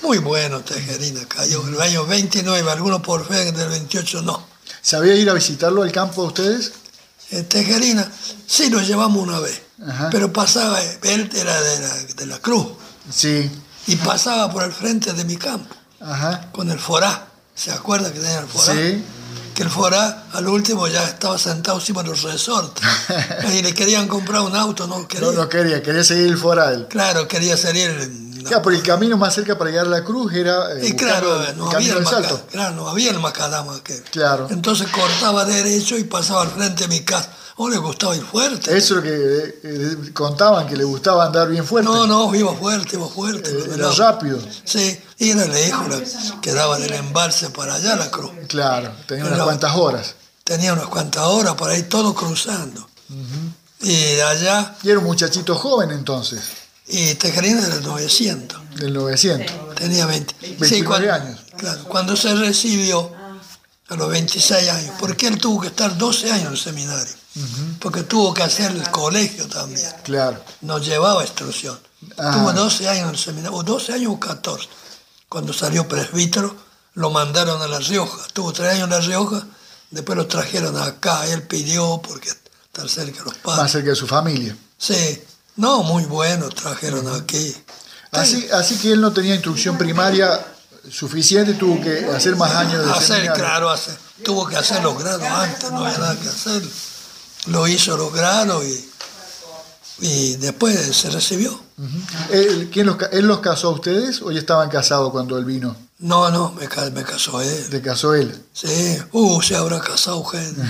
D: Muy bueno, Tejerina cayó. En el año 29, algunos por fe del 28 no.
E: ¿Sabía ir a visitarlo al campo de ustedes?
D: Eh, Tejerina, sí lo llevamos una vez,
E: Ajá.
D: pero pasaba, él era de la, de la cruz,
E: Sí.
D: y pasaba por el frente de mi campo,
E: Ajá.
D: con el forá. ¿Se acuerda que tenía el forá?
E: Sí.
D: Que el forá al último ya estaba sentado encima de los resortes.
E: [LAUGHS]
D: y le querían comprar un auto, no quería.
E: No, no quería, quería seguir el foral.
D: Claro, quería salir. en-
E: Ya, por el camino más cerca para llegar a la cruz era eh,
D: Y
E: buscando
D: claro,
E: el
D: no había, el
E: camino del
D: maca-
E: salto.
D: claro, no había el macadama. Que...
E: Claro.
D: Entonces cortaba derecho y pasaba al frente de mi casa. ¿O le gustaba ir fuerte?
E: Eso es lo que eh, eh, contaban, que le gustaba andar bien fuerte.
D: No, no, iba fuerte, iba fuerte.
E: Eh,
D: no,
E: era
D: no.
E: rápido.
D: Sí, y era lejos, la- quedaba del embalse para allá la cruz.
E: Claro, tenía unas
D: Era-
E: cuantas horas.
D: Tenía unas cuantas horas para ir todo cruzando. Y de allá,
E: Y era un muchachito joven entonces,
D: y Tejerina era el 900,
E: del 900.
D: tenía 20.
E: 29
D: cuando,
E: años.
D: Claro, cuando se recibió a los 26 años, porque él tuvo que estar 12 años en el seminario, porque tuvo que hacer el colegio también.
E: Claro.
D: no llevaba instrucción.
E: Ah.
D: Tuvo 12 años en el seminario, o 12 años o 14. Cuando salió presbítero, lo mandaron a La Rioja. Tuvo 3 años en La Rioja, después lo trajeron acá. Él pidió porque estar cerca de los
E: Más
D: padres.
E: cerca de su familia.
D: Sí, no, muy bueno, trajeron aquí.
E: Así, así que él no tenía instrucción primaria suficiente, tuvo que hacer más años de
D: Hacer,
E: seminario.
D: claro, hacer. tuvo que hacer los grados antes, no había nada que hacer. Lo hizo los grados y, y después se recibió.
E: ¿Él, quién los, ca- él los casó a ustedes o ya estaban casados cuando él vino?
D: No, no, me, ca- me casó él.
E: Te casó él.
D: Sí, uh, se habrá casado gente.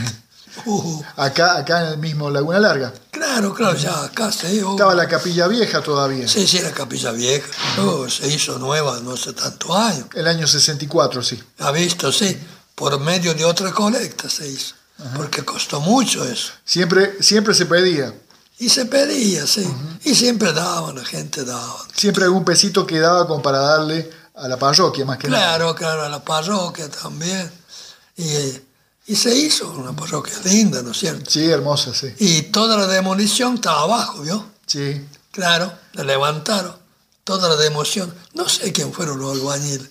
D: Uh,
E: Acá, acá en el mismo Laguna Larga.
D: claro, claro, ya acá sí. uh.
E: Estaba la capilla vieja todavía.
D: Sí, sí, la capilla vieja. Uh, se hizo nueva no hace tantos años.
E: El año 64, sí.
D: Ha visto, sí, por medio de otra colecta se hizo. Porque costó mucho eso.
E: Siempre, siempre se pedía.
D: Y se pedía, sí. Y siempre daban, la gente daba.
E: Siempre algún pesito quedaba como para darle a la parroquia, más que nada.
D: Claro, claro, a la parroquia también. Y, y se hizo una parroquia linda, ¿no es cierto?
E: Sí, hermosa, sí.
D: Y toda la demolición estaba abajo, ¿vio?
E: Sí.
D: Claro, la levantaron. Toda la democión. No sé quién fueron los albañiles.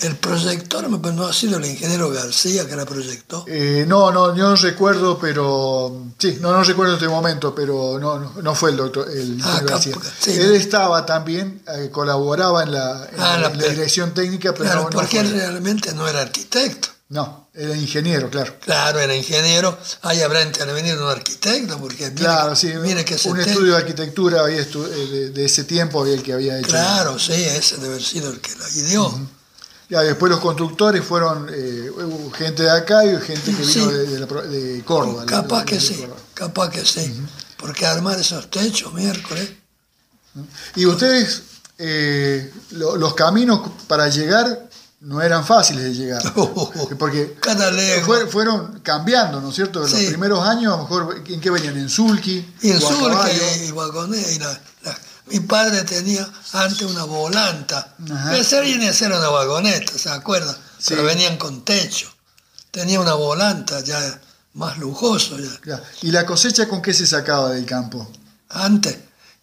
D: El proyector me- no ha sido el ingeniero García que la proyectó.
E: Eh, no, no, yo no recuerdo, pero. Sí, no, no recuerdo este momento, pero no, no, no fue el doctor, el
D: Ah,
E: ingeniero García.
D: capaz, sí.
E: Él estaba también, eh, colaboraba en la, en
D: Ah,
E: la-
D: la
E: en la
D: pe-
E: dirección técnica, pero
D: Claro,
E: no, no
D: porque
E: fue.
D: él realmente no era arquitecto.
E: No, era ingeniero, claro.
D: Claro, era ingeniero. Ahí habrá intervenido un arquitecto, porque mire,
E: Claro, sí.
D: mire que se
E: un
D: te-
E: estudio de arquitectura había estu- eh, de, de ese tiempo había el que había hecho.
D: Claro, sí, ese debe haber sido el que la ideó.
E: Ya, después los constructores fueron eh, hubo gente de acá y gente que vino
D: Sí.
E: de, de la pro- de Córdoba. la-
D: capaz
E: la-
D: que
E: de
D: sí,
E: Córdoba.
D: capaz que sí. Porque armar esos techos miércoles.
E: Y ustedes, eh, lo- los caminos para llegar no eran fáciles
D: [LAUGHS]
E: de llegar.
D: Oh.
E: Porque
D: Cada legua.
E: fue- fueron cambiando, ¿no es cierto? Los
D: Sí.
E: primeros años, a lo mejor, ¿en qué venían? ¿En Sulki?
D: Y el
E: ¿O a caballo?
D: surque y vagones, y la- la- mi padre tenía antes una volanta.
E: Ajá.
D: Esa viene a ser una vagoneta, ¿se acuerdan?
E: Sí.
D: Pero venían con techo. Tenía una volanta ya más lujoso ya.
E: Ya. ¿Y la cosecha con qué se sacaba del campo?
D: Antes.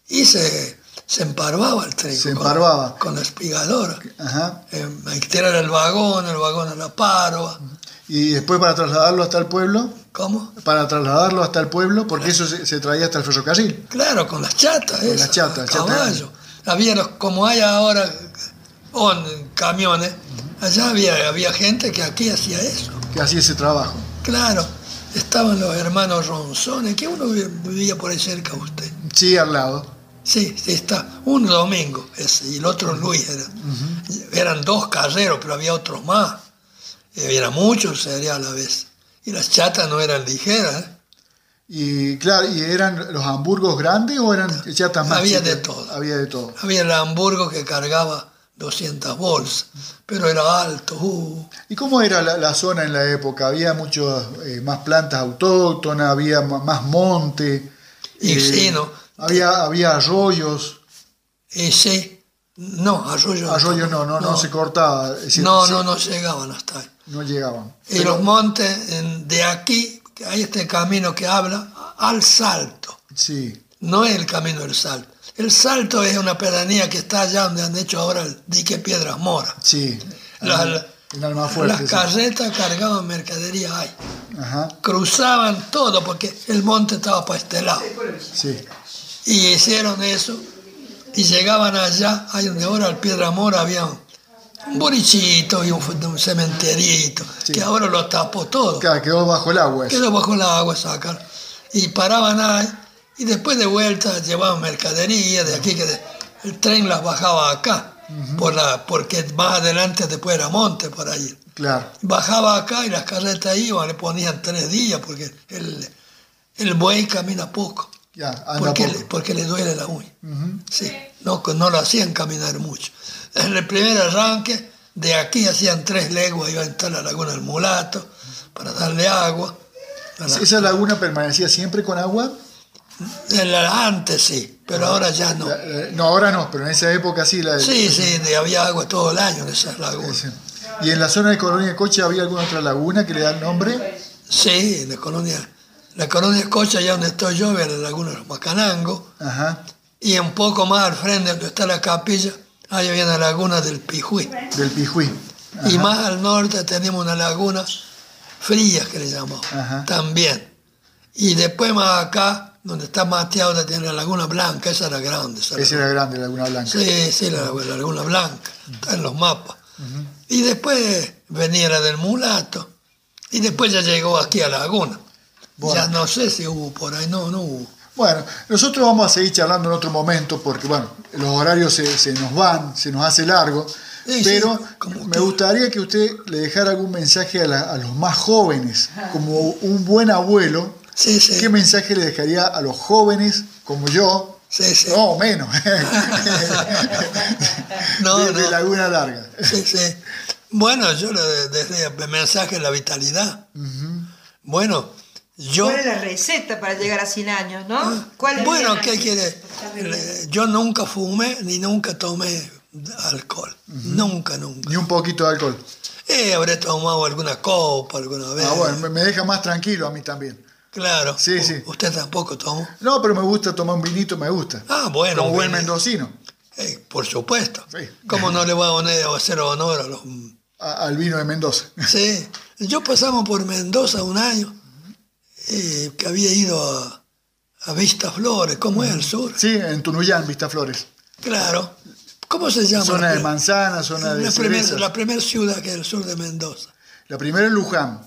D: Y se, se emparvaba el trigo.
E: Se
D: con-
E: emparvaba.
D: Con, la espigadora.
E: Ajá.
D: Eh, hay que tirar el vagón, el vagón a la parva.
E: Y después para trasladarlo hasta el pueblo,
D: ¿Cómo?
E: para trasladarlo hasta el pueblo, porque eso se, se traía hasta el ferrocarril.
D: Claro, con las chatas,
E: Con
D: esas,
E: las chatas,
D: a
E: chatas.
D: caballo. Había los, como hay ahora on, camiones, allá había, había gente que aquí hacía eso.
E: que hacía ese trabajo.
D: Claro, estaban los hermanos Ronzones, que uno vi- vivía por ahí cerca de usted.
E: Sí, al lado.
D: Sí, sí, está. Un domingo ese, y el otro Luis era. Eran dos carreros, pero había otros más. Y era mucho el cereal a la vez. Y las chatas no eran ligeras, ¿eh?
E: Y claro, ¿y eran los hamburgos grandes o eran chatas más?
D: Había
E: chicas?
D: de todo.
E: Había de todo.
D: Había el Hamburgo que cargaba 200 bolsas, pero era alto. uh.
E: ¿Y cómo era la, la zona en la época? ¿Había muchas más plantas autóctonas? ¿Había ma- más monte? Eh,
D: Y sí, ¿no?
E: Había, había arroyos.
D: Y sí, no, arroyo.
E: Arroyos no, no, no, se cortaba. es decir,
D: No,
E: se-
D: no, no llegaban hasta ahí.
E: no llegaban.
D: Y los montes en- de aquí, que hay este camino que habla, al salto.
E: Sí,
D: No es el camino del salto. El salto es una pedanía que está allá donde han hecho ahora el dique Piedras Moras.
E: sí.
D: La-
E: En-
D: la-
E: en Almafuerte.
D: Las
E: sí.
D: carretas cargaban mercadería ahí.
E: Ajá,
D: Cruzaban todo porque el monte estaba para este lado.
E: sí.
D: Y hicieron eso y llegaban allá, ahí donde ahora el Piedra Mora había un un borichito y un, fu- un cementerito, que ahora lo tapó todo.
E: Claro, quedó bajo el agua. eso.
D: Quedó bajo el agua sacar. Y paraban ahí y después de vuelta llevaban mercadería de aquí que de- el tren las bajaba acá, por la, porque más adelante después era monte por ahí.
E: Claro,
D: Bajaba acá y las carretas iban, le ponían tres días porque el, el buey camina poco.
E: ya, anda
D: Porque
E: poco.
D: le, porque le duele la uña.
E: Ujú.
D: Sí, no, no lo hacían caminar mucho. En el primer arranque, de aquí hacían tres leguas, iba a entrar a la laguna del mulato para darle agua. A la-
E: ¿Esa laguna permanecía siempre con agua?
D: en la- antes sí, pero ahora Ah. ya no.
E: La- la- no, ahora no, pero en esa época sí. La,
D: Sí, sí, de- había agua todo el año en esa laguna.
E: esa. ¿Y en la zona de Colonia de Coche había alguna otra laguna que le da nombre?
D: Sí, en la colonia, la colonia Escocha, allá donde estoy yo, en la laguna de los Macanangos.
E: Ajá,
D: Y un poco más al frente, donde está la capilla, ahí había la laguna del Pijuí.
E: del Pijuí.
D: Y más al norte tenemos una laguna fría que le llamamos
E: Ajá.
D: también. Y después más acá, donde está Mateado, tiene la laguna blanca, esa era grande. esa
E: Esa
D: laguna.
E: era grande, Laguna Blanca.
D: Sí, sí, la, la laguna blanca, está en los mapas. Y después venía la del mulato, y después ya llegó aquí a Laguna.
E: Bueno.
D: Ya no sé si hubo por ahí, no, no hubo.
E: Bueno, nosotros vamos a seguir charlando en otro momento porque, bueno, los horarios se, se nos van, se nos hace largo.
D: Sí,
E: pero
D: sí, como
E: me
D: que-
E: gustaría que usted le dejara algún mensaje a, la- a los más jóvenes, como un buen abuelo.
D: Sí, sí,
E: ¿Qué mensaje le dejaría a los jóvenes como yo?
D: sí, sí.
E: No, menos. [LAUGHS]
D: No,
E: de, de
D: no.
E: Laguna Larga.
D: Sí, sí. Bueno, yo le desde el mensaje de la vitalidad. Bueno, yo... Ah,
B: ¿Cuál es la receta para llegar a 100 años, no? ¿Cuál es
D: Bueno, ¿qué quiere? Le- Yo nunca fumé ni nunca tomé alcohol. Nunca, nunca.
E: Ni un poquito de alcohol.
D: Eh, habré tomado alguna copa alguna vez.
E: Ah, bueno, me- me deja más tranquilo a mí también.
D: Claro.
E: Sí,
D: U-
E: sí.
D: Usted tampoco tomó.
E: No, pero me gusta tomar un vinito, me gusta.
D: Ah, bueno.
E: Como buen
D: bien.
E: mendocino,
D: Eh, por supuesto.
E: Sí.
D: ¿Cómo no le voy a poner- a hacer honor a los...
E: a- al vino de Mendoza.
D: Sí. Yo pasamos por Mendoza un año eh, que había ido a, a Vista Flores, ¿cómo
E: Mm.
D: es el sur?
E: Sí, en Tunuyán, Vistaflores.
D: Claro. ¿Cómo se llama?
E: Zona de
D: Ah, Pero-
E: manzana, zona de
D: La primera
E: cereza.
D: la primer ciudad que es el sur de Mendoza.
E: La primera es Luján.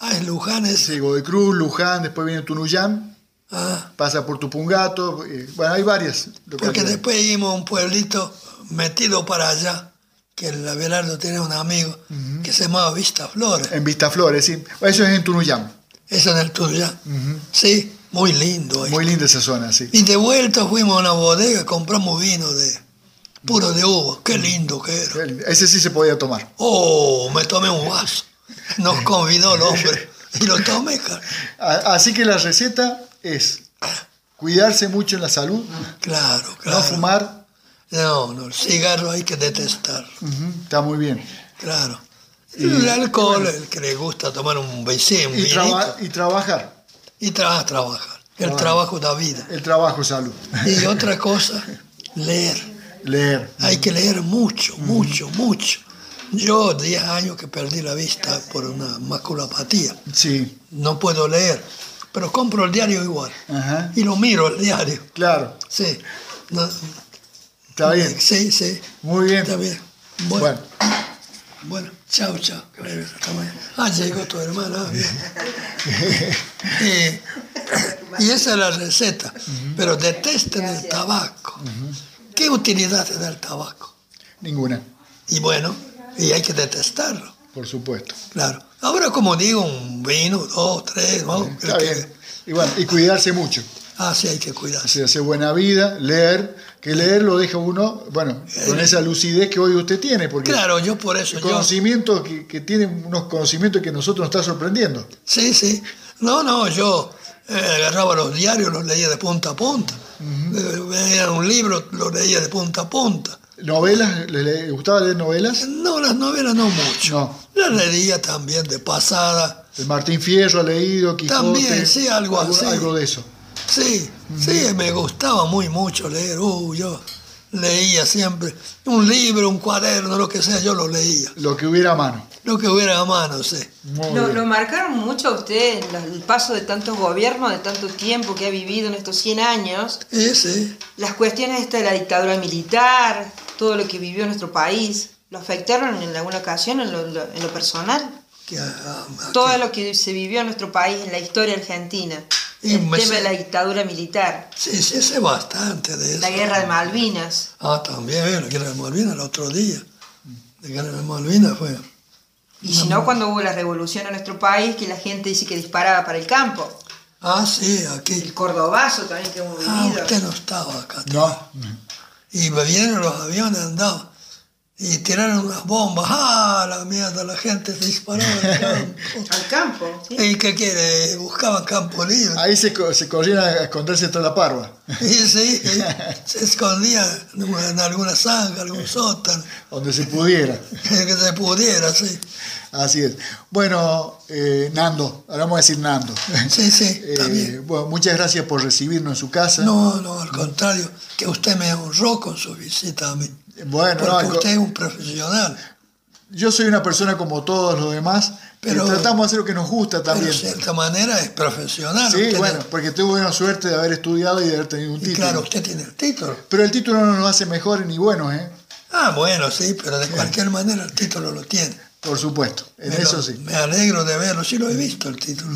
D: Ah, es Luján es.
E: Sí, Godoy Cruz, Luján, después viene Tunuyán,
D: Ah,
E: pasa por Tupungato. eh, bueno, hay varias
D: porque
E: localidades.
D: después íbamos a un pueglito metido para allá, que el Abelardo tiene un amigo que se llamaba Vista Flores.
E: En Vistaflores, sí. Eso es en Tunuyán.
D: Eso en el Tuyá. Sí, muy lindo. ahí.
E: Muy linda esa zona, sí.
D: Y de vuelta fuimos a una bodega, compramos vino de puro de uva. Qué lindo que era.
E: Ese sí se podía tomar.
D: Oh, me tomé un vaso. Nos convidó el hombre. Y lo tomé, cara.
E: A- Así que la receta es cuidarse mucho en la salud,
D: Claro, claro.
E: no fumar.
D: No, no, el cigarro hay que detestar,
E: Ujú, está muy bien.
D: claro. el alcohol, el que le gusta tomar un vecino, un
E: Y,
D: vinito,
E: traba- Ah. y trabajar.
D: y tra- trabajar. El trabajo da vida.
E: El trabajo, salud.
D: Y otra cosa, leer.
E: Leer.
D: Hay que leer mucho, mucho, mucho. Yo, 10 años que perdí la vista por una maculopatía,
E: Sí.
D: no puedo leer, pero compro el diario igual.
E: Ajá.
D: Y lo miro el diario,
E: Claro.
D: sí. No,
E: Está bien.
D: Sí, sí,
E: Muy bien.
D: está bien.
E: Bueno,
D: Bueno, chao, chao. Hasta mañana. Ah, llegó tu hermana. ah,
E: [LAUGHS]
D: bien. Eh, y esa es la receta. Pero detesten el tabaco. ¿Qué utilidad te da el tabaco?
E: ninguna,
D: Y bueno, y hay que detestarlo,
E: por supuesto.
D: claro. Ahora, como digo, un vino, dos, tres, ¿no?
E: Está
D: El que-
E: bien. Y bueno, y cuidarse mucho.
D: Ah, sí, hay que cuidarse.
E: Hacer, hacer buena vida, leer, que leer lo deja uno, bueno, con esa lucidez que hoy usted tiene, porque
D: Eh, Claro, yo por eso.
E: el
D: Yo,
E: conocimiento que, que tiene unos conocimientos que a nosotros nos está sorprendiendo.
D: sí, sí. No, no, yo eh, agarraba los diarios, los leía de punta a punta. Eh, Era un libro, lo leía de punta a punta.
E: ¿Novelas? ¿Le, le gustaba leer novelas?
D: No, las novelas no mucho.
E: No.
D: Las leía también de pasada.
E: El Martín Fierro ha leído, Quijote.
D: También, sí, algo así.
E: Algo de eso.
D: Sí, sí, me gustaba muy mucho leer. Uh, yo leía siempre un libro, un cuaderno, lo que sea, yo lo leía.
E: Lo que hubiera a mano.
D: Lo que hubiera a mano, sí.
E: Muy
B: Lo,
E: bien.
B: lo marcaron mucho a usted la- el paso de tantos gobiernos, de tanto tiempo que ha vivido en estos 100 años.
D: Ese,
B: Las cuestiones esta de la dictadura militar, todo lo que vivió nuestro país, ¿lo afectaron en alguna ocasión en lo, en lo- en lo personal?
D: que a- a- a-
B: Todo lo que se vivió en nuestro país, en la historia argentina.
D: Y
B: el
D: me
B: tema
D: sé-
B: de la dictadura militar,
D: sí, sí, sé bastante de eso.
B: la guerra de Malvinas.
D: Ah, también, la guerra de Malvinas el otro día. La guerra de Malvinas fue.
B: Y si no, cuando hubo la revolución en nuestro país, que la gente dice que disparaba para el campo.
D: Ah, sí,
B: El
D: aquí.
B: cordobazo también que hemos
D: Ah,
B: vivido.
D: usted no estaba acá.
E: No.
D: Y vinieron los aviones, andaban. Y tiraron unas bombas. ¡Ah, la mierda! La gente se disparaba
E: [LAUGHS]
D: al campo.
B: Al campo. ¿sí?
D: ¿Y qué quiere? Buscaban campo libre.
E: Ahí se, co- se corrían a esconderse tras la parva.
D: Y sí, se escondía en alguna zanja, algún sótano,
E: Donde se pudiera.
D: que se pudiera, sí.
E: Así es. Bueno, eh, Nando, ahora vamos a decir Nando. [LAUGHS]
D: Sí, sí,
E: Eh,
D: también.
E: bueno, muchas gracias por recibirnos en su casa.
D: No, no, al contrario, que usted me honró con su visita a mí.
E: Bueno, no,
D: Porque
E: co-
D: usted es un profesional,
E: yo soy una persona como todos los demás, pero
D: Pero-
E: tratamos de hacer lo que nos gusta
D: pero
E: también.
D: de cierta manera es profesional.
E: Sí,
D: Usted-
E: bueno, porque tuve la suerte de haber estudiado y de haber tenido un
D: y
E: título.
D: claro, usted tiene el título.
E: Pero el título no nos hace mejores ni buenos, ¿eh?
D: Ah, bueno, sí, pero de cualquier manera el título lo tiene.
E: Por supuesto, en
D: Me
E: eso
D: lo-
E: sí.
D: Me alegro de verlo, sí lo he visto el título.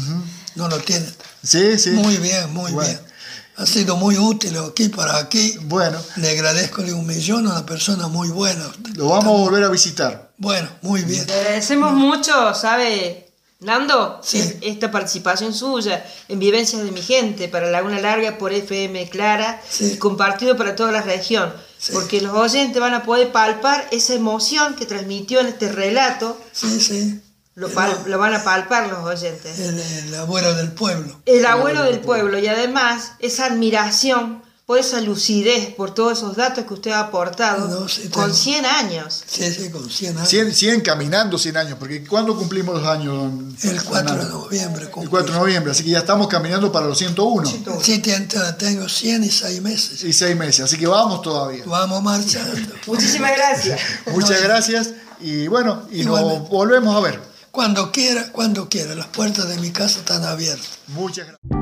D: No lo tiene.
E: Sí, sí.
D: Muy bien, muy
E: Bueno.
D: bien. Ha sido muy útil aquí para aquí.
E: Bueno,
D: Le agradezco de un millón a una persona muy buena. usted.
E: lo vamos a volver a visitar.
D: Bueno, muy bien.
B: Le agradecemos mucho, ¿sabe? Nando, Eh,
D: Sí.
B: esta participación suya en Vivencias de mi gente para Laguna Larga por FM Clara
D: Sí.
B: y compartido para toda la región,
D: Sí.
B: porque los oyentes van a poder palpar esa emoción que transmitió en este relato,
D: Sí, sí.
B: lo,
D: El-
B: pal- lo van a palpar los oyentes.
D: el, el abuelo del pueblo.
B: El abuelo del pueblo y además esa admiración por esa lucidez, por todos esos datos que usted ha aportado
D: No, sí,
B: con
D: tengo.
B: 100 años.
D: Sí, sí, con 100 años.
E: 100, 100 caminando 100 años, porque ¿cuándo cumplimos los años? don-
D: El 4 de
E: Nando?
D: noviembre. cumplí.
E: El 4 de noviembre, así que ya estamos caminando para los 101
D: Sí, te- te- tengo 100 y 6 meses.
E: y 6 meses, así que vamos todavía.
D: Vamos marchando.
B: Muchísimas gracias.
E: Muchas gracias y bueno, y nos
D: Igualmente.
E: volvemos a ver.
D: Cuando quiera, cuando quiera. Las puertas de mi casa están abiertas.
E: Muchas gracias.